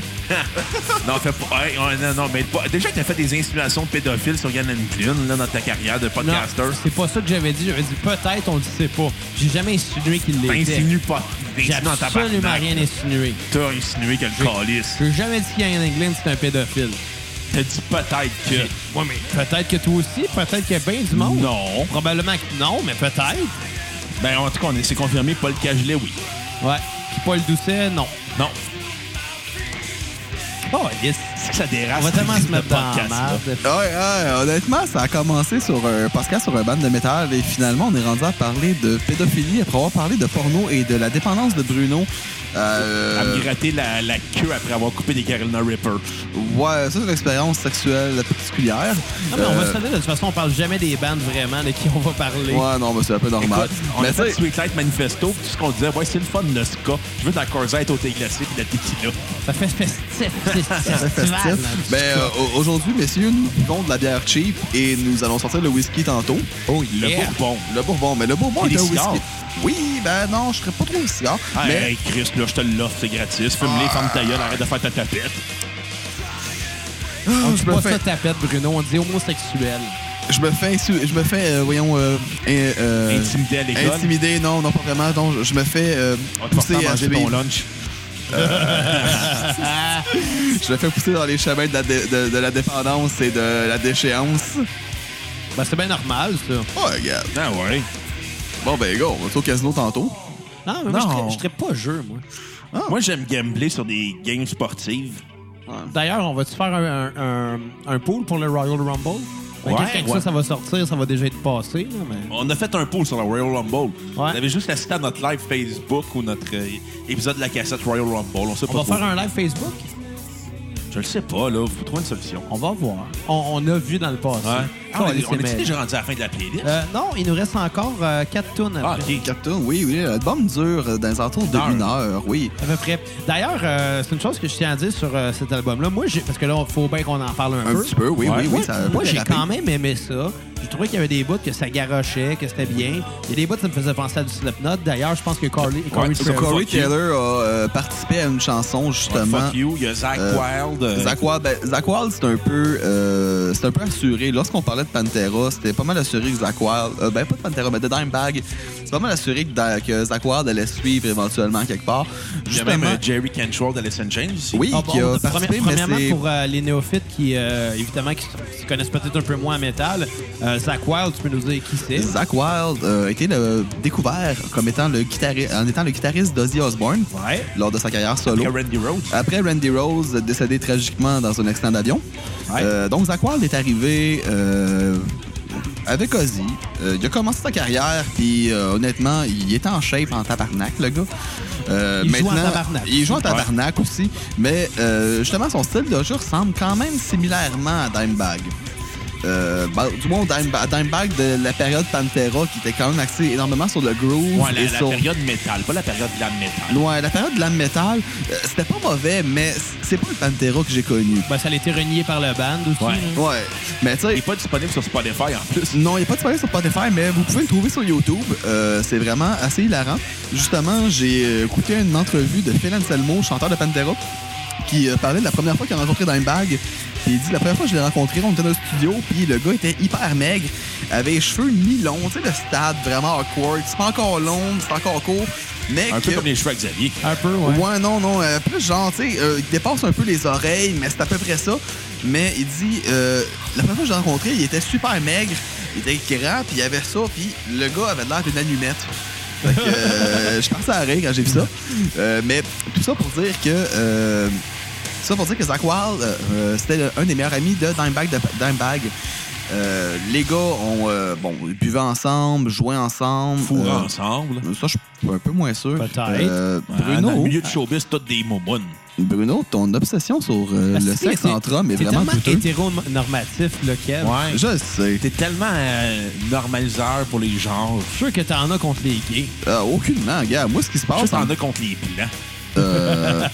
S2: Non, fais pas. hey, ouais, non, non, mais pas- déjà, t'as fait des insinuations de pédophiles sur Yann Clean là, dans ta carrière de
S1: Non,
S2: podcaster.
S1: c'est pas ça que j'avais dit. J'avais dit peut-être, on le sait pas. J'ai jamais insinué qu'il l'était.
S2: T'insinues pas.
S1: J'ai
S2: T'insinues dans ta
S1: absolument rien insinué.
S2: T'as insinué que le calice.
S1: J'ai jamais dit qu'Ian England, c'est un pédophile.
S2: T'as dit peut-être que.
S1: Ouais, mais peut-être que toi aussi, peut-être qu'il y a bien du monde.
S2: Non.
S1: Probablement que non, mais peut-être.
S2: Ben, en tout cas, on est- c'est confirmé. Paul Cagelet, oui.
S1: Ouais. Puis Paul Doucet, non.
S2: Non. Ah,
S1: Oh, yes.
S2: C'est que ça dérace.
S1: On va tellement
S2: ce
S1: se mettre dans la
S2: podcast, là.
S1: merde.
S3: Ouais, ouais, honnêtement, ça a commencé sur un Pascal sur un band de métal et finalement on est rendu à parler de pédophilie après avoir parlé de porno et de la dépendance de Bruno.
S2: À
S3: Euh,
S2: me gratter la, la queue après avoir coupé des Carolina Ripper.
S3: ouais, ça c'est une expérience sexuelle particulière.
S1: Non, mais on va se
S3: Euh,
S1: le dire, de toute façon, on parle jamais des bandes vraiment de qui on va parler.
S3: Ouais, non, mais c'est un peu normal.
S2: Écoute, on
S3: mais
S2: a fait
S3: tu
S2: le
S3: sais,
S2: Sweet Light Manifesto, puis tout ce qu'on disait, ouais, c'est le fun, le ska. Je veux de la corsette au thé glacé puis de la tequila.
S1: Ça fait festif,
S3: c'est
S1: festif,
S3: festif. Ben, euh, au- aujourd'hui, messieurs, nous buvons de la bière cheap et nous allons sortir le whisky tantôt.
S1: Oh,
S2: Le
S1: yeah.
S2: bourbon.
S3: Le bourbon, mais le bourbon
S2: Et
S3: est
S2: des
S3: un
S2: cigares.
S3: whisky. Oui, ben non, je serais pas trop cigare. mais
S2: Hey, Chris, là, je te l'offre, c'est gratis. Fume-les, ferme ta gueule, arrête de faire ta tapette.
S1: On dit
S3: je me
S1: pas
S3: fais-
S1: ça tapette, Bruno. On dit homosexuel.
S3: je me fais, insu- je me fais, euh, voyons, euh, euh, euh,
S2: Intimidé à l'école.
S3: Intimidé, non, non, pas vraiment. Non, je- je me fais euh,
S2: On te force
S3: pousser
S2: à
S3: à
S2: manger ton
S3: suivre.
S2: lunch.
S3: Je me fais pousser dans les chemins de la, dé- de, de la dépendance et de la déchéance.
S1: Ben, c'est bien normal, ça.
S3: Oh, regarde.
S2: Ah ouais.
S3: Bon, ben, go, on va au casino tantôt.
S1: Non, mais moi, je
S2: Non.
S1: serais- je serais pas jeu, moi.
S2: Moi, j'aime gambler sur des games sportives.
S1: D'ailleurs, on va-tu faire un, un, un, un pool pour le Royal Rumble? Fait que
S2: Ouais,
S1: quand
S2: ouais.
S1: ça, ça va sortir, ça va déjà être passé. Là, mais...
S2: On a fait un poll sur le Royal Rumble. On avait juste assisté à notre live Facebook ou notre euh, épisode de la cassette Royal Rumble. On sait pas
S1: On va
S2: trop.
S1: faire un live Facebook?
S2: Je le sais pas, là. Faut trouver une solution.
S1: On va voir. On, on a vu dans le passé.
S2: Ah, on
S1: Oh,
S2: est,
S1: c'est
S2: on est-tu
S1: mêlé.
S2: déjà rendu à la fin de la playlist?
S1: Euh, non, il nous reste encore euh, 4 tonnes
S2: ah,
S1: après.
S2: OK.
S3: Captain, oui, oui, l'album dure euh, dans les alentours de
S2: Une heure.
S3: une heure, oui.
S1: À peu près. D'ailleurs, euh, c'est une chose que je tiens à dire sur euh, cet album-là. Moi, j'ai- parce que là, il faut bien qu'on en parle un,
S3: Un petit peu, oui,
S2: Ouais.
S3: oui,
S1: Moi,
S3: oui. Ça a
S1: moi, j'ai
S3: dérapé.
S1: quand même aimé ça. J'ai trouvé qu'il y avait des bouts que ça garochait, que c'était bien. Il y a des bouts que ça me faisait penser à du Slipknot. D'ailleurs, je pense que Corey, Corey
S2: Ouais,
S1: Trevor-
S3: Corey
S2: Fuck you.
S3: Taylor a euh, participé à une chanson,
S2: Ouais,
S3: justement.
S2: Oh, Fuck you, il y a Zach
S3: Euh,
S2: Wild. euh,
S3: Zach Wild, ben, Zach Wild, c'est un peu, euh, c'est un peu assuré. Lorsqu'on parlait de Pantera, c'était pas mal assuré que Zach Wild, euh, ben pas de Pantera, mais de Dimebag, c'est pas mal assuré que, Da- que Zach Wild allait suivre éventuellement quelque part.
S2: Il y a
S3: Justement,
S2: même euh, Jerry Cantrell d'Alison James aussi.
S3: oui,
S1: Ah, bon,
S3: qui a
S1: premi-
S3: participé, mais
S1: premièrement,
S3: c'est
S1: pour euh, les néophytes qui, euh, évidemment, qui, s- qui connaissent peut-être un peu moins en métal, euh, Zach Wild, tu peux nous dire qui c'est?
S3: Zach Wild euh, a été le- découvert comme étant le guitariste, en étant le guitariste d'Ozzy Osbourne
S2: Ouais.
S3: lors de sa carrière solo.
S2: Il y a Randy Rhodes.
S3: Après Randy Rose décédé tragiquement dans un accident d'avion.
S2: Ouais.
S3: Euh, donc Zach Wild est arrivé euh, avec Ozzy. Euh, il a commencé sa carrière, puis euh, honnêtement, il est en shape en tabarnak, le gars. Euh,
S1: Il joue en tabarnak.
S3: Il joue en tabarnak aussi. Mais euh, justement, son style de jeu ressemble quand même similairement à Dimebag. Euh, bah, du moins, Dimebag, Dimebag de la période Pantera, qui était quand même axé énormément sur le groove
S2: Ouais,
S3: et
S2: la, la
S3: sur
S2: période métal, pas la période de la métal.
S3: Ouais, la période de la métal, euh, c'était pas mauvais, mais c'est pas le Pantera que j'ai connu.
S1: Ben, ça a été renié par le band aussi.
S2: Ouais.
S1: là.
S3: Ouais, mais tu
S2: Il n'est
S3: sais,
S2: pas disponible sur Spotify en plus.
S3: non, il n'y a pas de spoiler sur Spotify, mais vous pouvez le trouver sur YouTube. Euh, c'est vraiment assez hilarant. Justement, j'ai euh, écouté une entrevue de Phil Anselmo, chanteur de Pantera, qui euh, parlait de la première fois qu'il a rencontré Dimebag. Puis il dit, la première fois que je l'ai rencontré, on était dans le studio, puis le gars était hyper maigre, avait les cheveux mi-longs, tu sais, le stade vraiment awkward. C'est pas encore long, c'est pas encore court. Mais
S2: Un peu
S3: que-
S2: comme les cheveux à Xavier.
S1: Un peu, ouais.
S3: Ouais, non, non. euh, plus genre, tu sais, euh, il dépasse un peu les oreilles, mais c'est à peu près ça. Mais il dit, euh, la première fois que j'ai rencontré, il était super maigre, il était grand, puis il avait ça, puis le gars avait l'air d'une allumette. Fait que, euh, je pensais à rire quand j'ai vu ça. Euh, mais tout ça pour dire que. euh, tout ça pour dire que Zach Wild, euh, euh, c'était le- un des meilleurs amis de Dimebag. de- Dimebag. Euh, les gars ont, euh, bon, ils buvaient ensemble, jouaient ensemble.
S2: Fourrés
S3: Euh,
S2: ensemble.
S3: ça, je suis un peu moins sûr.
S1: Peut-être.
S3: Euh,
S2: Ah,
S3: Bruno,
S2: Dans le milieu du showbiz, toutes des momounes.
S3: Bruno, ton obsession sur euh,
S1: Ah,
S3: le
S1: si,
S3: sexe
S1: t'es-
S3: entre hommes est
S1: T'es
S3: vraiment
S1: tellement
S3: douteux.
S1: hétéronormatif, le Kev.
S2: Ouais.
S3: Je le sais.
S2: T'es tellement euh, normaliseur pour les genres.
S1: Je suis sûr que t'en as contre les gays.
S3: Euh, aucunement, gars. Moi, ce qui se
S2: Je sais
S3: passe...
S2: t'en
S3: en-
S2: as contre les plans.
S3: euh,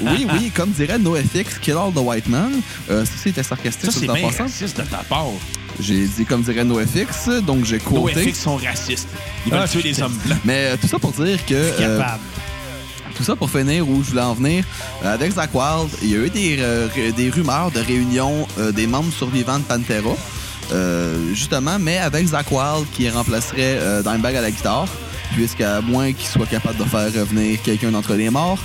S3: oui, oui, comme dirait NoFX, Kill All the White Man. Euh, ceci était sarcastique
S2: Ça,
S3: tout
S2: c'est
S3: en
S2: bien
S3: passant.
S2: raciste de ta part.
S3: J'ai dit comme dirait NoFX, donc j'ai
S2: Nos
S3: quoté.
S2: FX sont racistes. Ils veulent
S1: Ah,
S2: tuer les hommes blancs.
S3: Mais euh, tout ça pour dire que... euh,
S1: Capable.
S3: Tout ça pour finir où je voulais en venir. euh, avec Zach Wild, il y a eu des, euh, ré- des rumeurs de réunion euh, des membres survivants de Pantera. euh, justement, mais avec Zach Wild qui remplacerait euh, Dimebag à la guitare, puisqu'à moins qu'il soit capable de faire revenir quelqu'un d'entre les morts.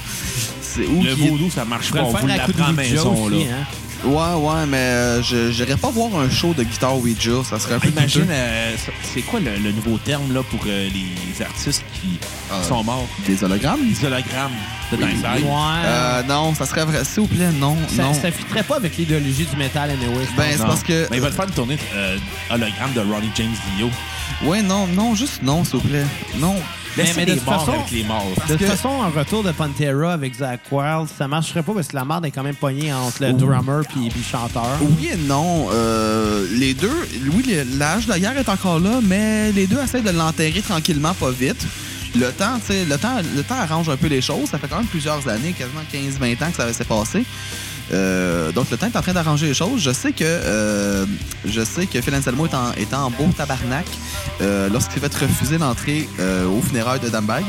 S3: C'est où
S2: Le
S3: qu'il-
S2: vaudou, ça marche
S1: Je
S2: pas.
S1: pourrais
S2: On
S1: le
S2: vous
S1: faire à coup
S2: l'apprend à la
S1: de hein.
S2: maison,
S1: maison,
S2: là.
S1: là.
S3: Ouais, ouais, mais euh, je j'irais pas voir un show de guitare Ouija, ça serait un peu
S2: Imagine,
S3: douteux.
S2: euh, ça- c'est quoi le, le nouveau terme là pour euh, les artistes qui
S3: Euh,
S2: sont morts?
S3: des hologrammes.
S2: Les hologrammes de
S3: Oui.
S2: Dimebag.
S1: Ouais.
S3: Euh, non, ça serait vrai. S'il vous plaît, non,
S1: Ça
S3: non.
S1: ça fitterait pas avec l'idéologie du métal, anyway. je
S3: Ben,
S1: pense.
S3: c'est parce que.
S2: Mais ils veulent faire une tournée euh, hologramme de Ronnie James Dio.
S3: Ouais, non, non, juste non, s'il vous plaît. Non.
S2: Laissez
S1: mais de
S2: les
S1: toute
S2: morts
S1: façon-
S2: avec les morts.
S1: De toute
S3: que-
S1: façon, un retour de Pantera avec Zach Wild, ça marcherait pas parce que la merde est quand même pognée entre le drummer puis puis le chanteur.
S3: Oui et non. Euh, les deux, oui, le- l'âge de la guerre est encore là, mais les deux essaient de l'enterrer tranquillement, pas vite. Le temps, tu sais, le temps, le temps arrange un peu les choses. Ça fait quand même plusieurs années, quasiment 15-20 ans que ça s'est passé. Euh, donc le temps est en train d'arranger les choses. Je sais que euh, je sais que Phil Anselmo est en, est en beau tabarnak euh, lorsqu'il va être refusé l'entrée euh, au funérail de Dambag.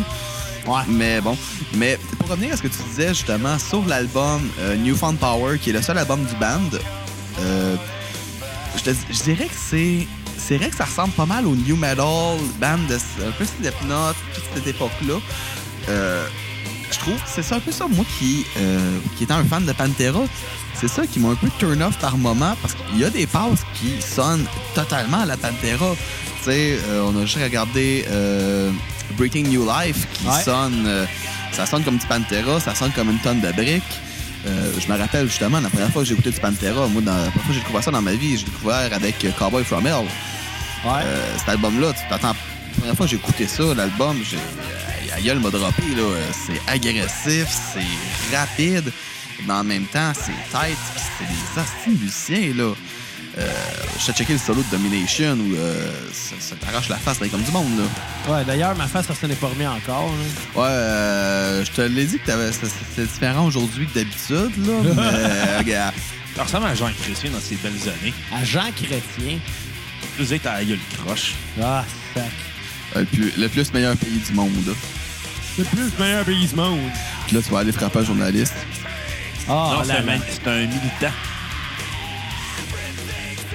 S1: Ouais.
S3: Mais bon, mais pour revenir à ce que tu disais justement sur l'album euh, Newfound Power, qui est le seul album du band, euh, je, te- je dirais que c'est c'est vrai que ça ressemble pas mal au new metal band de un peu Slipknot, toute cette époque-là. Euh, je trouve que c'est ça un peu ça moi qui euh, qui étant un fan de Pantera, c'est ça qui m'a un peu turn off par moment parce qu'il y a des passes qui sonnent totalement à la Pantera. Tu sais, euh, on a juste regardé euh, Breaking New Life qui
S1: Ouais.
S3: sonne, euh, ça sonne comme du Pantera, ça sonne comme une tonne de briques. Euh, je me rappelle justement la première fois que j'ai écouté du Pantera, moi dans, la première fois que j'ai découvert ça dans ma vie, j'ai découvert avec euh, Cowboy From Hell.
S1: Ouais.
S3: Euh, cet album-là, tu t'attends. La première fois que j'ai écouté ça, l'album, j'ai. euh, La gueule m'a droppé, là. Euh, C'est agressif, c'est rapide, mais en même temps, c'est tight, pis c'est des astuces musiciens, là. Euh, je t'ai checké le solo de Domination où euh, ça, ça t'arrache la face, là, comme du monde, là.
S1: Ouais, D'ailleurs, ma face, ça s'en est pas remis encore. là.
S3: Ouais, euh, je te l'ai dit que t'avais- c'est- c'est différent aujourd'hui que
S1: [LAUGHS]
S3: d'habitude, là. mais, euh, regarde.
S2: Ça ressemble à Jean Chrétien dans ses belles années.
S1: À Jean Chrétien.
S2: Plus être à la gueule croche.
S1: Ah, sac.
S3: Euh, puis le plus meilleur pays du monde, là.
S1: C'est plus meilleur pays du monde.
S3: Puis là, tu vas aller frapper un journaliste.
S1: Ah,
S2: non, c'est
S1: là,
S2: un,
S1: là.
S2: man- c'est un militant.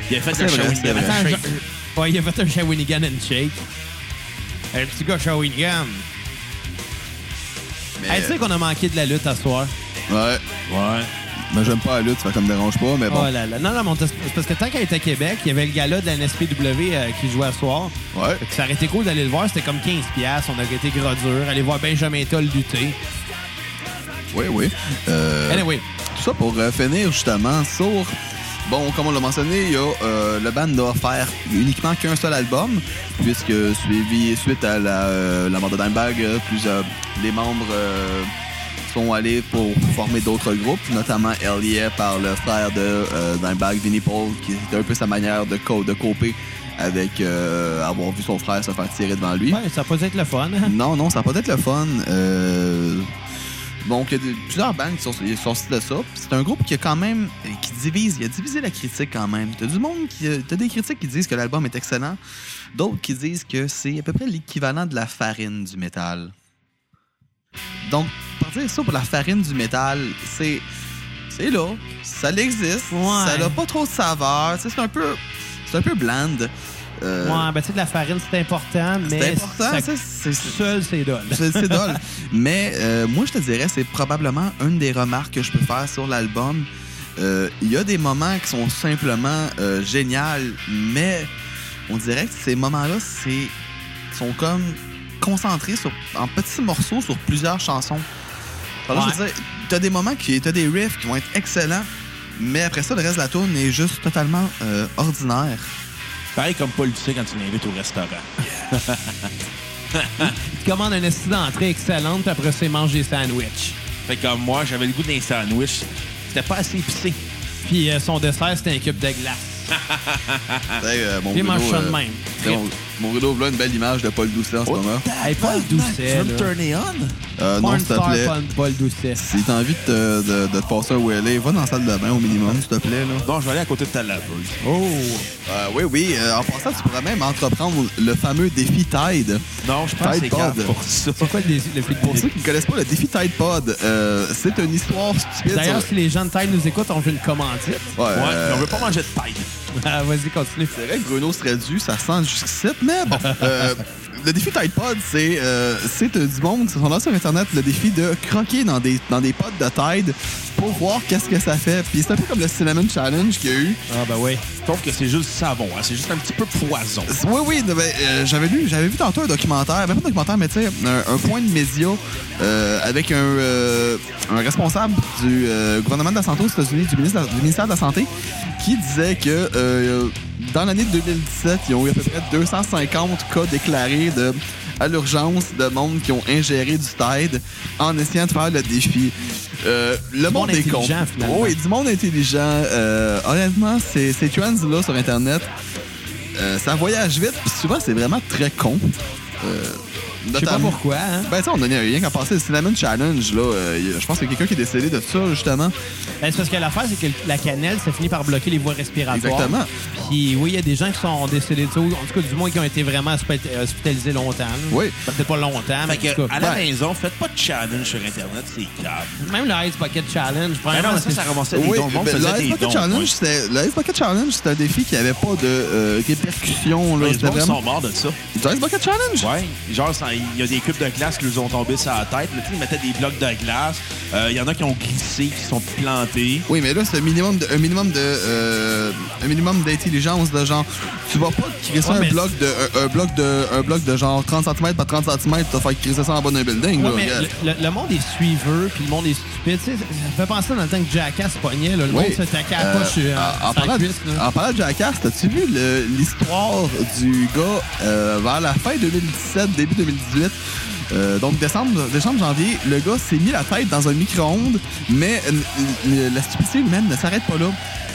S2: Il a fait
S3: C'est
S2: un
S3: vrai,
S2: Shawinigan
S3: c'est vrai.
S2: Shake.
S1: Attends, je- Ouais, il a fait un Shawinigan and Shake. Un petit gars Shawinigan.
S3: Euh. Mais, euh,
S1: Hey, tu sais qu'on a manqué de la lutte à ce soir.
S3: ouais.
S2: Ouais.
S3: Mais j'aime pas la lutte, ça fait comme dérange pas, mais bon.
S1: Oh là là. Non, non, mais on t'a- c'est parce que tant qu'elle était à Québec, il y avait le gala de la NSPW euh, qui jouait à soir.
S3: Ouais.
S1: Fait que ça aurait été cool d'aller le voir, c'était comme 15$. piastres. On aurait été gros dur. Aller voir Benjamin Toll lutter.
S3: Oui, oui. Euh,
S1: Anyway,
S3: Tout ça pour euh, finir justement sur. Bon, comme on l'a mentionné, il y a, euh, le band n'a offert uniquement qu'un seul album, puisque suivi suite à la, euh, la mort de Dimebag, euh, plusieurs les membres euh, sont allés pour former d'autres groupes, notamment Elliot par le frère de euh, Dimebag, Vinnie Paul, qui était un peu sa manière de, co- de coper avec euh, avoir vu son frère se faire tirer devant lui.
S1: ouais, ça peut être le fun.
S3: Non, non, ça va pas être le fun. Euh, Donc, il y a des- plusieurs bandes qui sont qui sont sortis de ça. Puis C'est un groupe qui a quand même. qui divise. Il a divisé la critique quand même. T'as du monde qui. euh, T'as des critiques qui disent que l'album est excellent. D'autres qui disent que c'est à peu près l'équivalent de la farine du métal. Donc, partir de ça pour la farine du métal, c'est. C'est là. Ça existe.
S1: Ouais.
S3: Ça n'a pas trop de saveur. Tu sais, C'est un peu. C'est un peu bland. Euh,
S1: Ouais, ben, tu sais, de la farine, c'est important, mais.
S3: c'est important,
S1: ça-
S3: ça, c'est- c'est-
S1: Seul, c'est dole.
S3: [LAUGHS] c'est c'est dole. Mais euh, moi, je te dirais, c'est probablement une des remarques que je peux faire sur l'album. Euh, Il y a des moments qui sont simplement euh, géniaux, mais on dirait que ces moments-là, c'est sont comme concentrés sur, en petits morceaux sur plusieurs chansons. Par là, je veux dire, t'as des moments qui, t'as des riffs qui vont être excellents, mais après ça, le reste de la tourne est juste totalement euh, ordinaire.
S2: Pareil comme Paul Ducé quand tu l'invites au restaurant.
S1: Tu commandes un esti d'entrée excellente, puis après, c'est manger des sandwichs.
S2: Fait que comme moi, j'avais le goût d'un sandwich. C'était pas assez épicé.
S1: Puis euh, son dessert, c'était un cube de glace.
S3: Tu sais, euh, mon
S1: Puis il mange
S3: Bruno,
S1: ça de
S3: euh,
S1: même.
S3: tu sais, mon- Mon Bruno, voilà une belle image de Paul Doucet en ce moment.
S1: Hey, Paul Doucet,
S2: Tu veux me
S1: là.
S2: turner on?
S3: Euh, non, s'il te
S1: Pornstar,
S3: plaît.
S1: Paul- Paul Doucet.
S3: Si t'as envie de te, de, de te passer un Welly, va dans la salle de bain au minimum, s'il te plaît. Là.
S2: Non, je vais aller à côté de ta laveuse.
S1: Oh!
S3: Euh, oui, oui. euh, en passant, tu pourrais même entreprendre le fameux défi Tide.
S2: Non, je pense que c'est
S3: Tide Pod.
S2: grave pour ça.
S1: C'est quoi le, dé- le flic
S2: [LAUGHS]
S3: Pour ceux qui ne connaissent pas le défi Tide Pod, euh, c'est une histoire stupide.
S1: D'ailleurs,
S3: sur-
S1: si les gens de taille nous écoutent, on veut une commandite. [LAUGHS]
S3: Ouais,
S2: Ouais,
S3: euh,
S2: mais on veut pas manger de paille.
S1: Ah, Vas-y, continue.
S3: C'est vrai que Bruno serait dû, ça sent jusqu'ici, mais bon. Euh, le défi Tide Pod, c'est euh, c'est, euh, du monde, on a sur Internet le défi de croquer dans des, dans des pods de Tide pour voir qu'est-ce que ça fait. Puis c'est un peu comme le Cinnamon Challenge qu'il y a eu.
S1: Ah, bah
S2: ben
S1: oui.
S2: Sauf que c'est juste savon, hein. c'est juste un petit peu poison.
S3: Oui, oui, ben, euh, j'avais lu, j'avais vu tantôt un documentaire, même pas un documentaire, mais tu sais, un, un point de média euh, avec un, euh, un responsable du euh, gouvernement de la santé aux États-Unis, du, ministre de la- du ministère de la Santé, qui disait que euh, dans l'année 2017, ils ont eu à peu près 250 cas déclarés de, à l'urgence de monde qui ont ingéré du TIDE en essayant de faire le défi. Euh, le
S1: monde
S3: monde est con.
S1: intelligent, finalement.
S3: Oui, du monde intelligent. Euh, honnêtement, ces, ces trends-là sur Internet, euh, ça voyage vite, puis souvent c'est vraiment très con. Euh,
S1: Je sais pas
S3: notamment-
S1: pourquoi, hein?
S3: Ben, tu sais, on donnait rien qu'à passer le Cinnamon Challenge, là. euh, y a- je pense qu'il y a quelqu'un qui est décédé de ça, justement.
S1: Ben, c'est parce que l'affaire, c'est que la cannelle, ça finit par bloquer les voies respiratoires.
S3: Exactement.
S1: Puis oui, il y a des gens qui sont décédés de ça, ou en tout cas, du moins, qui ont été vraiment hospi- hospitalisés longtemps.
S3: Oui.
S1: Ben, Peut-être pas longtemps, mais
S2: Fait
S1: en tout
S2: que,
S1: cas.
S2: à la
S3: ouais.
S2: maison, faites pas de challenge sur Internet, c'est grave.
S1: Même le Ice Bucket Challenge,
S2: Ben
S1: vraiment,
S2: non, ça, ça ramassait des
S3: Oui,
S2: dons. Le monde
S3: ben, le
S2: faisait
S3: Ice
S2: des dons.
S3: Bucket Challenge,
S2: ouais.
S3: c'était- le Ice Bucket Challenge, c'était un défi qui avait pas de euh, répercussions, là.
S2: Les
S3: C'était
S2: gens
S3: vraiment.
S2: sont morts de ça.
S3: Du Ice Bucket Challenge?
S2: Ouais. Genre, ça- il y a des cubes de glace qui nous ont tombé sur la tête. Là, tu sais, ils mettaient des blocs de glace. Euh, Il y en a qui ont glissé, qui sont plantés.
S3: Oui, mais là, c'est un minimum de, un minimum de, euh, un minimum d'intelligence de genre. Tu vas pas te crisser
S1: Ouais, mais-
S3: un bloc de, un, un bloc de, un bloc de genre 30 cm par 30 cm, t'as fait crisser ça en bas d'un building.
S1: Ouais,
S3: là,
S1: mais
S3: regarde.
S1: le, le- le monde est suiveux, puis le monde est stupide. Tu sais, ça ça fait penser dans le temps que Jackass pognait, là, le monde
S3: Oui.
S1: se taquait à la
S3: Euh,
S1: poche euh,
S3: en, en
S1: sur la
S3: parlant,
S1: cuisse. là.
S2: Ah,
S3: en parlant de Jackass, t'as-tu vu le- l'histoire du gars euh, vers la fin 2017, début 2018? Euh, donc décembre, décembre, janvier, le gars s'est mis la tête dans un micro-ondes, mais euh, euh, la stupidité humaine ne s'arrête pas là.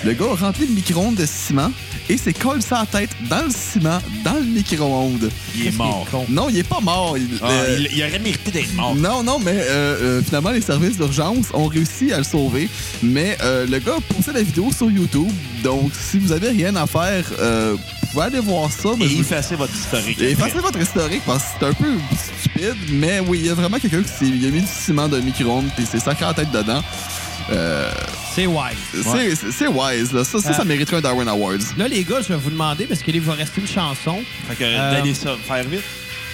S3: Le gars a rempli le micro-ondes de ciment et s'est collé sa tête dans le ciment, dans le micro-ondes.
S2: Il est
S1: Qu'est-ce
S2: mort.
S1: qu'il est con.
S3: Non, il est pas mort. il-
S2: Ah,
S3: euh,
S2: il, il aurait mérité d'être mort.
S3: non, non, mais euh, euh, finalement, les services d'urgence ont réussi à le sauver. Mais euh, le gars a posté la vidéo sur YouTube. Donc, si vous avez rien à faire, euh, vous pouvez aller voir ça. mais
S2: Et
S3: je vous-
S2: effacez votre historique.
S3: et
S2: après.
S3: effacez votre historique parce que c'est un peu stupide, mais oui, il y a vraiment quelqu'un qui s'est il a mis du ciment de micro-ondes et s'est sacré la tête dedans. Euh,
S1: C'est wise.
S3: c'est- C'est c'est wise, là. Ça, ça,
S2: Ah.
S3: ça
S1: Euh.
S3: mériterait un Darwin Awards.
S1: Là, les gars, je vais vous demander, parce qu'il va rester une chanson.
S2: Fait que
S1: Euh,
S2: d'aller ça, faire vite.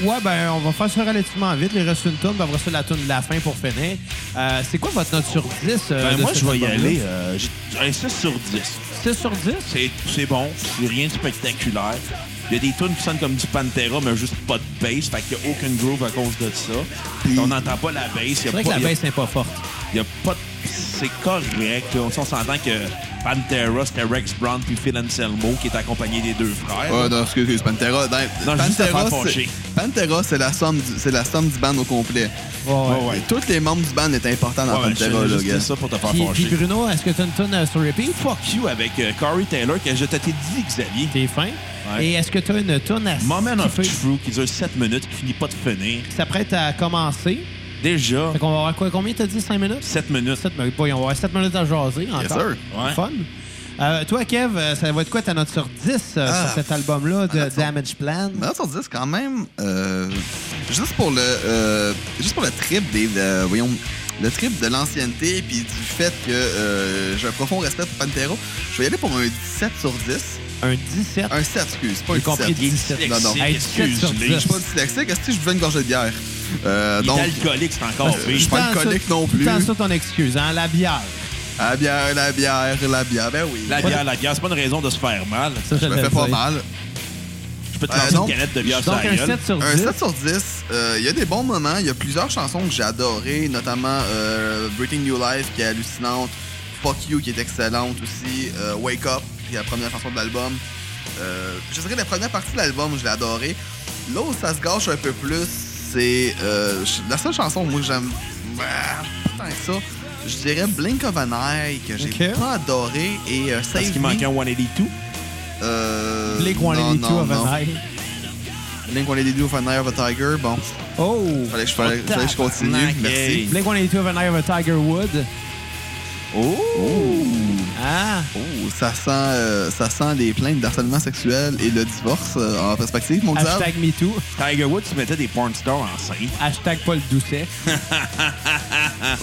S1: Ouais, ben, on va faire ça relativement vite. Il reste une tourne, ben, après ça, la tourne de la fin pour finir. Euh, c'est quoi votre note sur 10? euh,
S2: Ben,
S1: de
S2: moi,
S1: cet
S2: je vais y
S1: album-là?
S2: aller. euh, j'ai un 6 sur 10.
S1: 6 sur 10?
S2: C'est c'est bon, c'est rien de spectaculaire. Il y a des tunes qui sonnent comme du Pantera, mais juste pas de bass, fait qu'il n'y a aucune groove à cause de ça. Puis on n'entend pas la bass.
S1: C'est vrai que la baisse n'est pas forte.
S2: Il y a pas de- C'est correct. là. On s'entend que Pantera, c'était Rex Brown puis Phil Anselmo qui est accompagné des deux frères.
S3: Ah non, excuse, excuse, Pantera. dans-
S2: Non, juste à faire
S3: Pantera, c'est-
S2: fâcher.
S3: Pantera, c'est la somme du- c'est la somme du band au complet.
S2: Ah Ouais, ouais.
S3: Et Tous les membres du band étaient importants dans
S2: Ouais, ben, je
S3: Pantera,
S2: voulais
S3: là,
S2: juste dire
S3: gars.
S2: ça pour te faire
S1: Puis, puis
S2: fâcher.
S1: Bruno, est-ce que tu as une tourne euh, sur repeat?
S2: Fuck you avec euh, Corey Taylor que je t'ai dit, Xavier.
S1: T'es fin.
S2: Ouais.
S1: Et est-ce que tu as une tourne à
S2: Moment of
S1: skipper
S2: True qui dure 7 minutes, qui finit pas de finir.
S1: qui s'apprête à commencer?
S2: Déjà,
S1: Fait qu'on va avoir quoi? Combien t'as dit? 5 minutes?
S2: 7 minutes.
S1: 7 minutes. Voyons, on va avoir 7 minutes à jaser encore.
S3: sûr.
S2: Ouais.
S1: Fun. Euh, toi, Kev, euh, ça va être quoi ta note sur 10 euh,
S3: Ah.
S1: sur cet album-là de
S3: Ah, attends.
S1: Damage Plan?
S3: Mais là, sur 10, quand même, euh, juste pour le euh, juste pour le trip des de- voyons le trip de l'ancienneté puis du fait que euh, j'ai un profond respect pour Pantera, je vais y aller pour un 17 sur 10.
S1: un 17.
S3: Un 7, excuse, pas un
S1: J'ai compris
S3: 17.
S1: 17.
S3: Non, non.
S1: Hey, 17 sur
S2: Excuse-les.
S1: 10.
S3: Je suis pas dyslexique, est-ce que je veux une gorgée de bière? Euh,
S2: Il est
S3: donc,
S2: alcoolique, c'est encore
S3: je suis
S2: pire.
S3: pas
S1: Tant
S3: alcoolique
S1: ça-
S3: non plus.
S1: Tant ça ton excuse, hein, la bière.
S3: la bière, la bière, la bière, ben oui.
S2: La bière, la bière, c'est pas une raison de se faire mal.
S1: Ça,
S3: Je me
S1: le
S3: fais pas
S1: dis.
S3: mal.
S2: Je peux te
S3: Euh,
S2: lancer une
S3: donc-
S2: canette de bière sur
S1: Donc
S2: la
S1: un
S2: gueule.
S1: 7 sur 10.
S3: Un 7 sur 10. euh, Il y a des bons moments. Il y a plusieurs chansons que j'ai adorées, notamment euh, Breaking New Life qui est hallucinante, Fuck You qui est excellente aussi, euh, Wake Up qui est la première chanson de l'album. Euh, je dirais la première partie de l'album, je l'ai adorée. Là où ça se gâche un peu plus, c'est euh, je- la seule chanson moi que j'aime bah, pas tant que ça. Je dirais Blink of an Eye que j'ai
S1: Ok.
S3: pas adoré et euh,
S2: Parce
S3: Save
S2: qu'il
S3: Me.
S2: manquait un 182.
S3: euh,
S1: Blake One
S3: non,
S1: Eighty Two
S3: non,
S1: of
S3: non.
S1: an Eye.
S3: Blink One Eighty Two of an Eye of a Tiger. Bon,
S1: Oh!
S3: fallait que je, fallait- fallait que je continue.
S2: Tabarnak,
S3: Merci.
S2: hey.
S1: Blake One Eighty Two of an Eye of a Tiger Wood.
S3: Oh!
S1: Ah!
S3: Oh, ça sent, euh, ça sent les plaintes d'harcèlement sexuel et le divorce euh, en perspective, mon Xav.
S1: Hashtag MeToo.
S2: Tiger Woods, tu mettais des porn stars en scène.
S1: Hashtag Paul Doucet.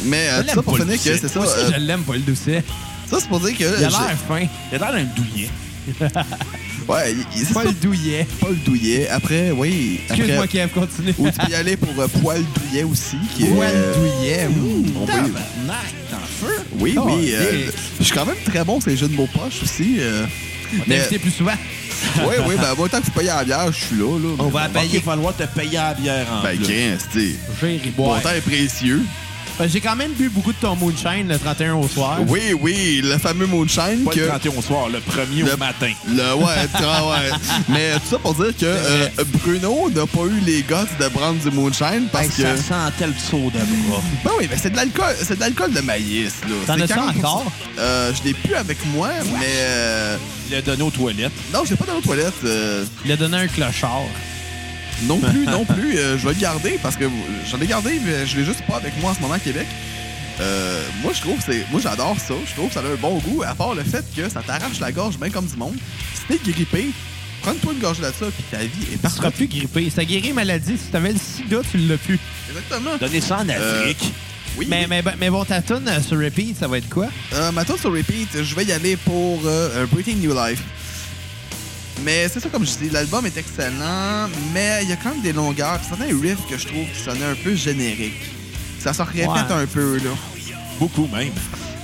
S3: Mais euh,
S1: Je
S3: tout
S1: l'aime
S3: ça pour
S1: pas,
S3: finir
S1: le
S3: que
S1: Doucet.
S3: c'est ça.
S1: Moi aussi,
S3: euh,
S1: je l'aime, Paul Doucet.
S3: ça, c'est pour dire que.
S1: Il a
S3: j'ai-
S1: l'air fin.
S2: Il a l'air d'un douillet.
S3: Ouais, il- il- c'est
S1: Paul
S3: [LAUGHS] pas
S1: Douillet.
S3: Paul Douillet. Après, oui.
S1: Excuse-moi,
S3: Après,
S1: Kev, continue.
S3: ou tu peux y aller pour euh, Poil Douillet aussi. Qui est,
S1: Poil
S3: euh,
S1: Douillet, oui.
S3: on peut-
S2: Tabarnak, t'en feu.
S3: oui,
S1: Oh,
S3: oui. euh,
S1: dick.
S3: je suis quand même très bon sur les jeux de mots poche aussi. euh, mais
S1: M'invitez plus souvent.
S3: oui, oui, ben, moi, tant que vous payez la bière, je suis là. là
S1: On va
S2: Il va
S1: payer.
S2: falloir te payer à la bière en
S3: Ben,
S2: plus.
S3: Chris, tu sais,
S1: J'ai ri
S3: Mon
S1: boire.
S3: temps est précieux.
S1: Euh, J'ai quand même bu beaucoup de ton moonshine le 31 au soir.
S3: Oui, oui, le fameux Moonshine.
S2: Ah. Pas
S3: que...
S2: le 31 au soir, le premier au
S3: Le-
S2: matin.
S3: Le, ouais,
S2: [LAUGHS]
S3: tra- ouais. Mais tout ça pour dire que euh, Bruno n'a pas eu les gosses de prendre du moonshine parce
S2: Hey,
S3: que.
S2: Ça sentait le saut de bras.
S3: Ben oui, mais c'est de l'alcool, c'est de l'alcool de maïs, là.
S1: T'en
S3: C'est
S1: as-tu
S3: 40%.
S1: encore?
S3: Euh, je l'ai plus avec moi, mais euh,
S2: Il l'a donné aux toilettes.
S3: non, je l'ai pas dans la toilette. euh,
S1: Il a donné un clochard.
S3: non plus, non plus. Euh, je vais le garder parce que j'en ai gardé, mais je l'ai juste pas avec moi en ce moment à Québec. Euh, moi, je trouve, que c'est, moi, j'adore ça. Je trouve que ça a un bon goût, à part le fait que ça t'arrache la gorge, bien comme du monde. Si t'es grippé, prends-toi une gorge de ça, puis ta vie est
S1: Tu seras
S3: parfaite.
S1: plus grippé. Ça guérit maladie. Si t'avais le sida, tu l'as plus.
S3: Exactement.
S2: Donnez ça en
S3: Euh,
S2: Afrique.
S3: Oui.
S1: Mais, mais, mais bon, ta tune euh, sur repeat, ça va être quoi?
S3: Euh, ma tune sur repeat, je vais y aller pour euh, Breathing New Life. Mais c'est ça, comme je dis, l'album est excellent, mais il y a quand même des longueurs, puis certains riffs que je trouve qui sonnaient un peu génériques. Ça se répète
S1: Ouais.
S3: un peu, là.
S2: Beaucoup même.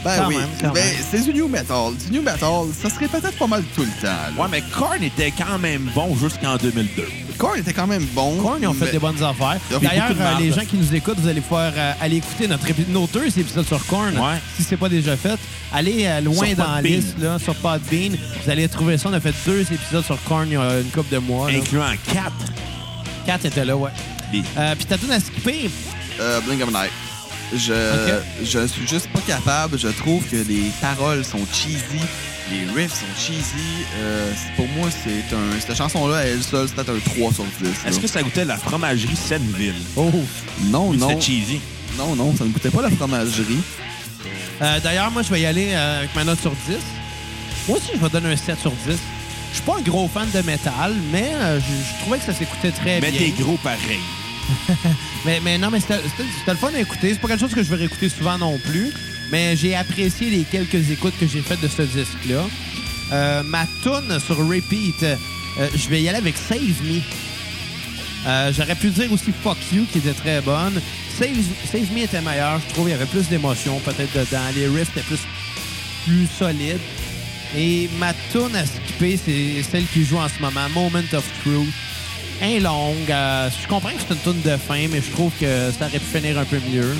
S3: Ben
S1: Quand
S3: oui,
S1: même, quand
S3: ben,
S1: même.
S3: c'est du new metal. Du new metal, ça se répétait pas mal tout le temps. là.
S2: Ouais, mais Korn était quand même bon jusqu'en 2002.
S3: Korn était quand même bon.
S2: Mm.
S1: Korn, ils ont fait
S3: mais-
S1: des bonnes affaires.
S3: Ils ont fait
S1: D'ailleurs,
S2: beaucoup de
S1: euh, les
S2: marde.
S1: gens qui nous écoutent, vous allez pouvoir euh, aller écouter notre épi- nos deux épisodes sur Korn,
S2: Ouais.
S1: si c'est pas déjà fait. Allez euh, loin
S2: Sur
S1: dans la
S2: Podbean.
S1: liste, là, sur Podbean. Vous allez trouver ça. On a fait deux épisodes sur Korn il y a une couple de mois. là.
S2: Incluant 4.
S1: Quatre étaient là, ouais.
S2: Les...
S1: Euh, Puis t'as tout à skipper.
S3: Euh, Blink of an Eye. Je,
S1: Ok.
S3: je suis juste pas capable. Je trouve que les paroles sont cheesy, les riffs sont cheesy. Euh, c'est- pour moi, c'est un, cette chanson-là, à elle seule, c'est peut-être un 3 sur 10. là.
S2: Est-ce que ça goûtait la fromagerie Senneville?
S1: Oh.
S3: Non, non.
S2: C'était cheesy.
S3: Non, non, ça ne goûtait pas la fromagerie.
S1: Euh, D'ailleurs, moi, je vais y aller euh, avec ma note sur 10. Moi aussi, je vais donner un 7 sur 10. Je suis pas un gros fan de métal, mais euh, je- je trouvais que ça s'écoutait très
S2: Mais
S1: Eh bien.
S2: t'es gros pareil.
S1: Mais, mais non, mais c'était c'était- c'était le fun à écouter. C'est pas quelque chose que je vais réécouter souvent non plus. Mais j'ai apprécié les quelques écoutes que j'ai faites de ce disque-là. Euh, ma tune sur repeat, euh, je vais y aller avec Save Me. Euh, J'aurais pu dire aussi Fuck You, qui était très bonne. Save, Save Me était meilleur. Je trouve qu'il y avait plus d'émotion peut-être dedans. Les riffs étaient plus, plus solides. Et ma tune à skipper, c'est celle qui joue en ce moment, Moment of Truth. Un longue. euh, je comprends que c'est une tune de fin, mais je trouve que ça aurait pu finir un peu mieux.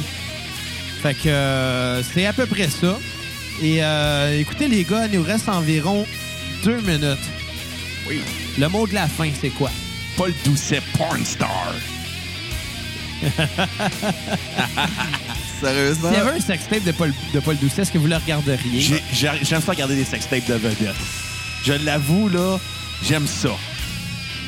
S1: Fait que euh, c'est à peu près ça. Et euh, écoutez les gars, il nous reste environ deux minutes.
S3: Oui.
S1: Le mot de la fin, c'est quoi?
S2: Paul Doucet, porn star.
S3: Sérieusement?
S1: S'il y avait un sextape de Paul, de Paul Doucet, est-ce que vous le regarderiez?
S2: J'ai- j'ai- J'aime ça regarder des sextapes de vedettes. Je l'avoue, là, j'aime ça.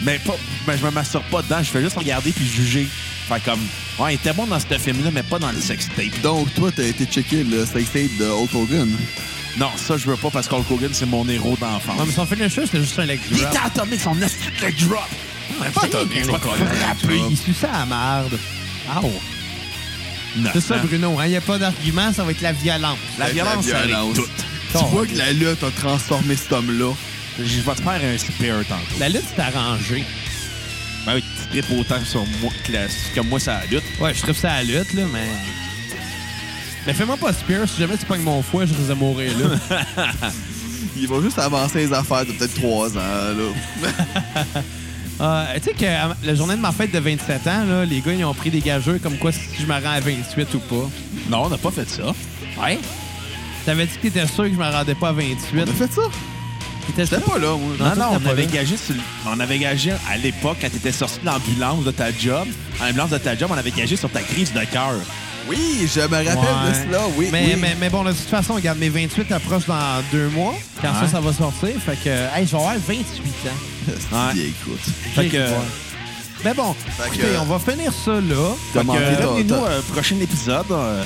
S2: Mais pas, mais je me masturbe pas dedans, je fais juste regarder puis juger. Fait comme, ouais, il était bon dans ce film-là, mais pas dans le sextape.
S3: Donc, toi, t'as été checker le sextape de Hulk Hogan.
S2: Non, ça, je veux pas parce qu'Hulk Hogan, c'est mon héros
S1: Non,
S2: d'enfance.
S1: mais son finisher, c'était juste un leg
S2: Il
S1: drop.
S2: était atomique, son esti de leg drop. C'est pas atomique, c'est pas frappé.
S1: Il suit ça à marde. Ah oh.
S2: Non,
S1: C'est ça,
S2: non.
S1: Bruno. hein, Il n'y a pas d'argument, ça va être la violence.
S2: La violence,
S3: La
S2: ça
S3: violence.
S2: arrête tout.
S3: Tu vois que la lutte a transformé cet homme-là.
S2: Je vais te faire un spare tantôt.
S1: La lutte, c'est arrangé.
S2: Ben oui, tu tripes autant sur moi que, la- que moi, ça la lutte.
S1: Ouais, je trouve ça à la lutte, là, mais. Mais fais-moi pas Spear, si jamais tu pognes mon foie, je risque de mourir
S3: [LAUGHS]
S1: là.
S3: Ils vont juste avancer les affaires de peut-être 3 ans, là.
S1: Euh, tu sais que euh, la journée de ma fête de 27 ans, là, les gars, ils ont pris des gageux comme quoi si je me rends à 28 ou pas.
S2: Non, on n'a pas fait ça.
S1: Ouais? T'avais dit que t'étais sûr que je me rendais pas à 28.
S3: T'as fait ça?
S1: T'étais
S3: J'étais
S1: sûr?
S3: pas là, moi.
S2: Non,
S1: toi,
S2: non,
S1: t'as
S2: on
S1: pas
S2: avait,
S1: là.
S2: gagé sur le- on avait gagé à l'époque, quand t'étais sorti de l'ambulance de ta job, à l'ambulance de ta job, on avait gagé sur ta crise de cœur.
S3: Oui, je me rappelle de
S1: Ouais.
S3: cela, oui.
S1: Mais,
S3: oui. [LAUGHS]
S1: mais, mais bon, là, de toute façon, regarde, mes 28 approchent dans deux mois. Quand ça,
S2: Ouais.
S1: ça va sortir. Fait que, euh, hey, je vais avoir 28 ans.
S3: Ah, si, écoute.
S2: Fait que-
S1: J'ai- ouais. Mais bon,
S3: euh, Fait
S1: écoutez,
S3: que- euh,
S1: on va finir ça là.
S2: Fait que,
S3: Demandez
S2: euh,
S3: ton-
S2: revenez-nous
S3: ton-
S2: au prochain épisode. euh,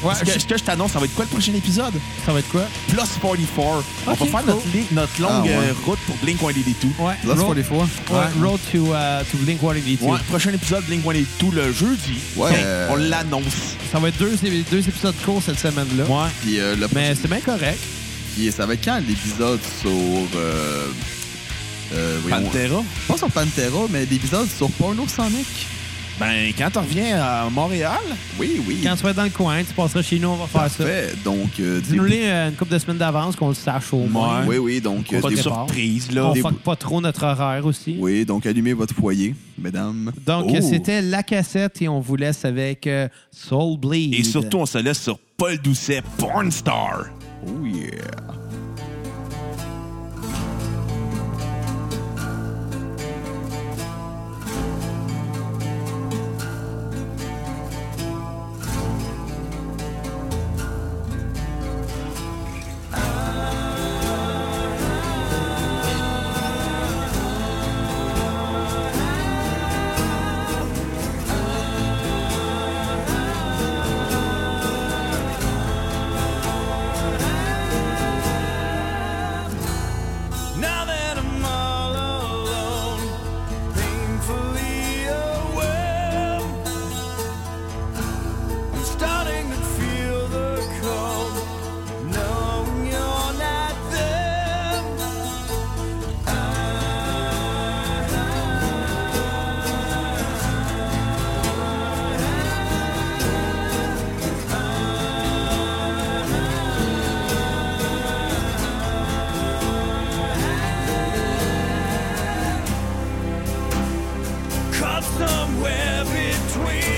S1: Ouais,
S2: Est-ce que, est-ce que je t'annonce, ça va être quoi le prochain épisode?
S1: Ça va être quoi?
S2: Plus 44. on va
S1: Ok,
S2: faire
S1: cool.
S2: notre, li- notre longue
S3: Ah, ouais.
S2: euh, route pour Blink 182.
S1: Ouais.
S3: Là, c'est
S1: Road-
S3: pour les fois.
S1: ouais, Road to, euh, to Blink 182.
S2: Ouais, prochain épisode Blink 182 le jeudi.
S3: Ouais. euh,
S2: Ben, on l'annonce.
S1: Ça va être deux, deux épisodes courts cette semaine-là.
S2: Ouais.
S3: Puis, euh, le
S1: Mais c'est bien correct.
S3: Puis ça va être quand l'épisode sur. Euh, euh, voyons,
S2: Pantera.
S3: Pas sur Pantera, mais l'épisode sur Porno Sonic.
S2: Ben, quand on revient à Montréal,
S3: Oui, oui.
S1: Quand tu vas être dans le coin, tu passeras chez nous, on va faire ça.
S3: Parfait. Donc, euh, des-
S1: Dis-nous les une couple de semaines d'avance qu'on le sache au moins.
S3: Oui, oui. Donc, euh,
S1: Pas
S2: pas
S1: de
S2: de
S3: des-
S1: départ.
S2: surprise, là.
S1: On
S3: des-
S1: fuck pas trop notre horaire aussi.
S3: oui, donc allumez votre foyer, mesdames.
S1: Donc,
S2: Oh.
S1: c'était la cassette et on vous laisse avec euh, Soul Bleed.
S2: Et surtout, on se laisse sur Paul Doucet, Pornstar.
S3: Oh yeah.
S4: Now that I'm all alone, painfully overwhelmed, I'm starting to feel the cold, knowing you're not there. Caught somewhere between.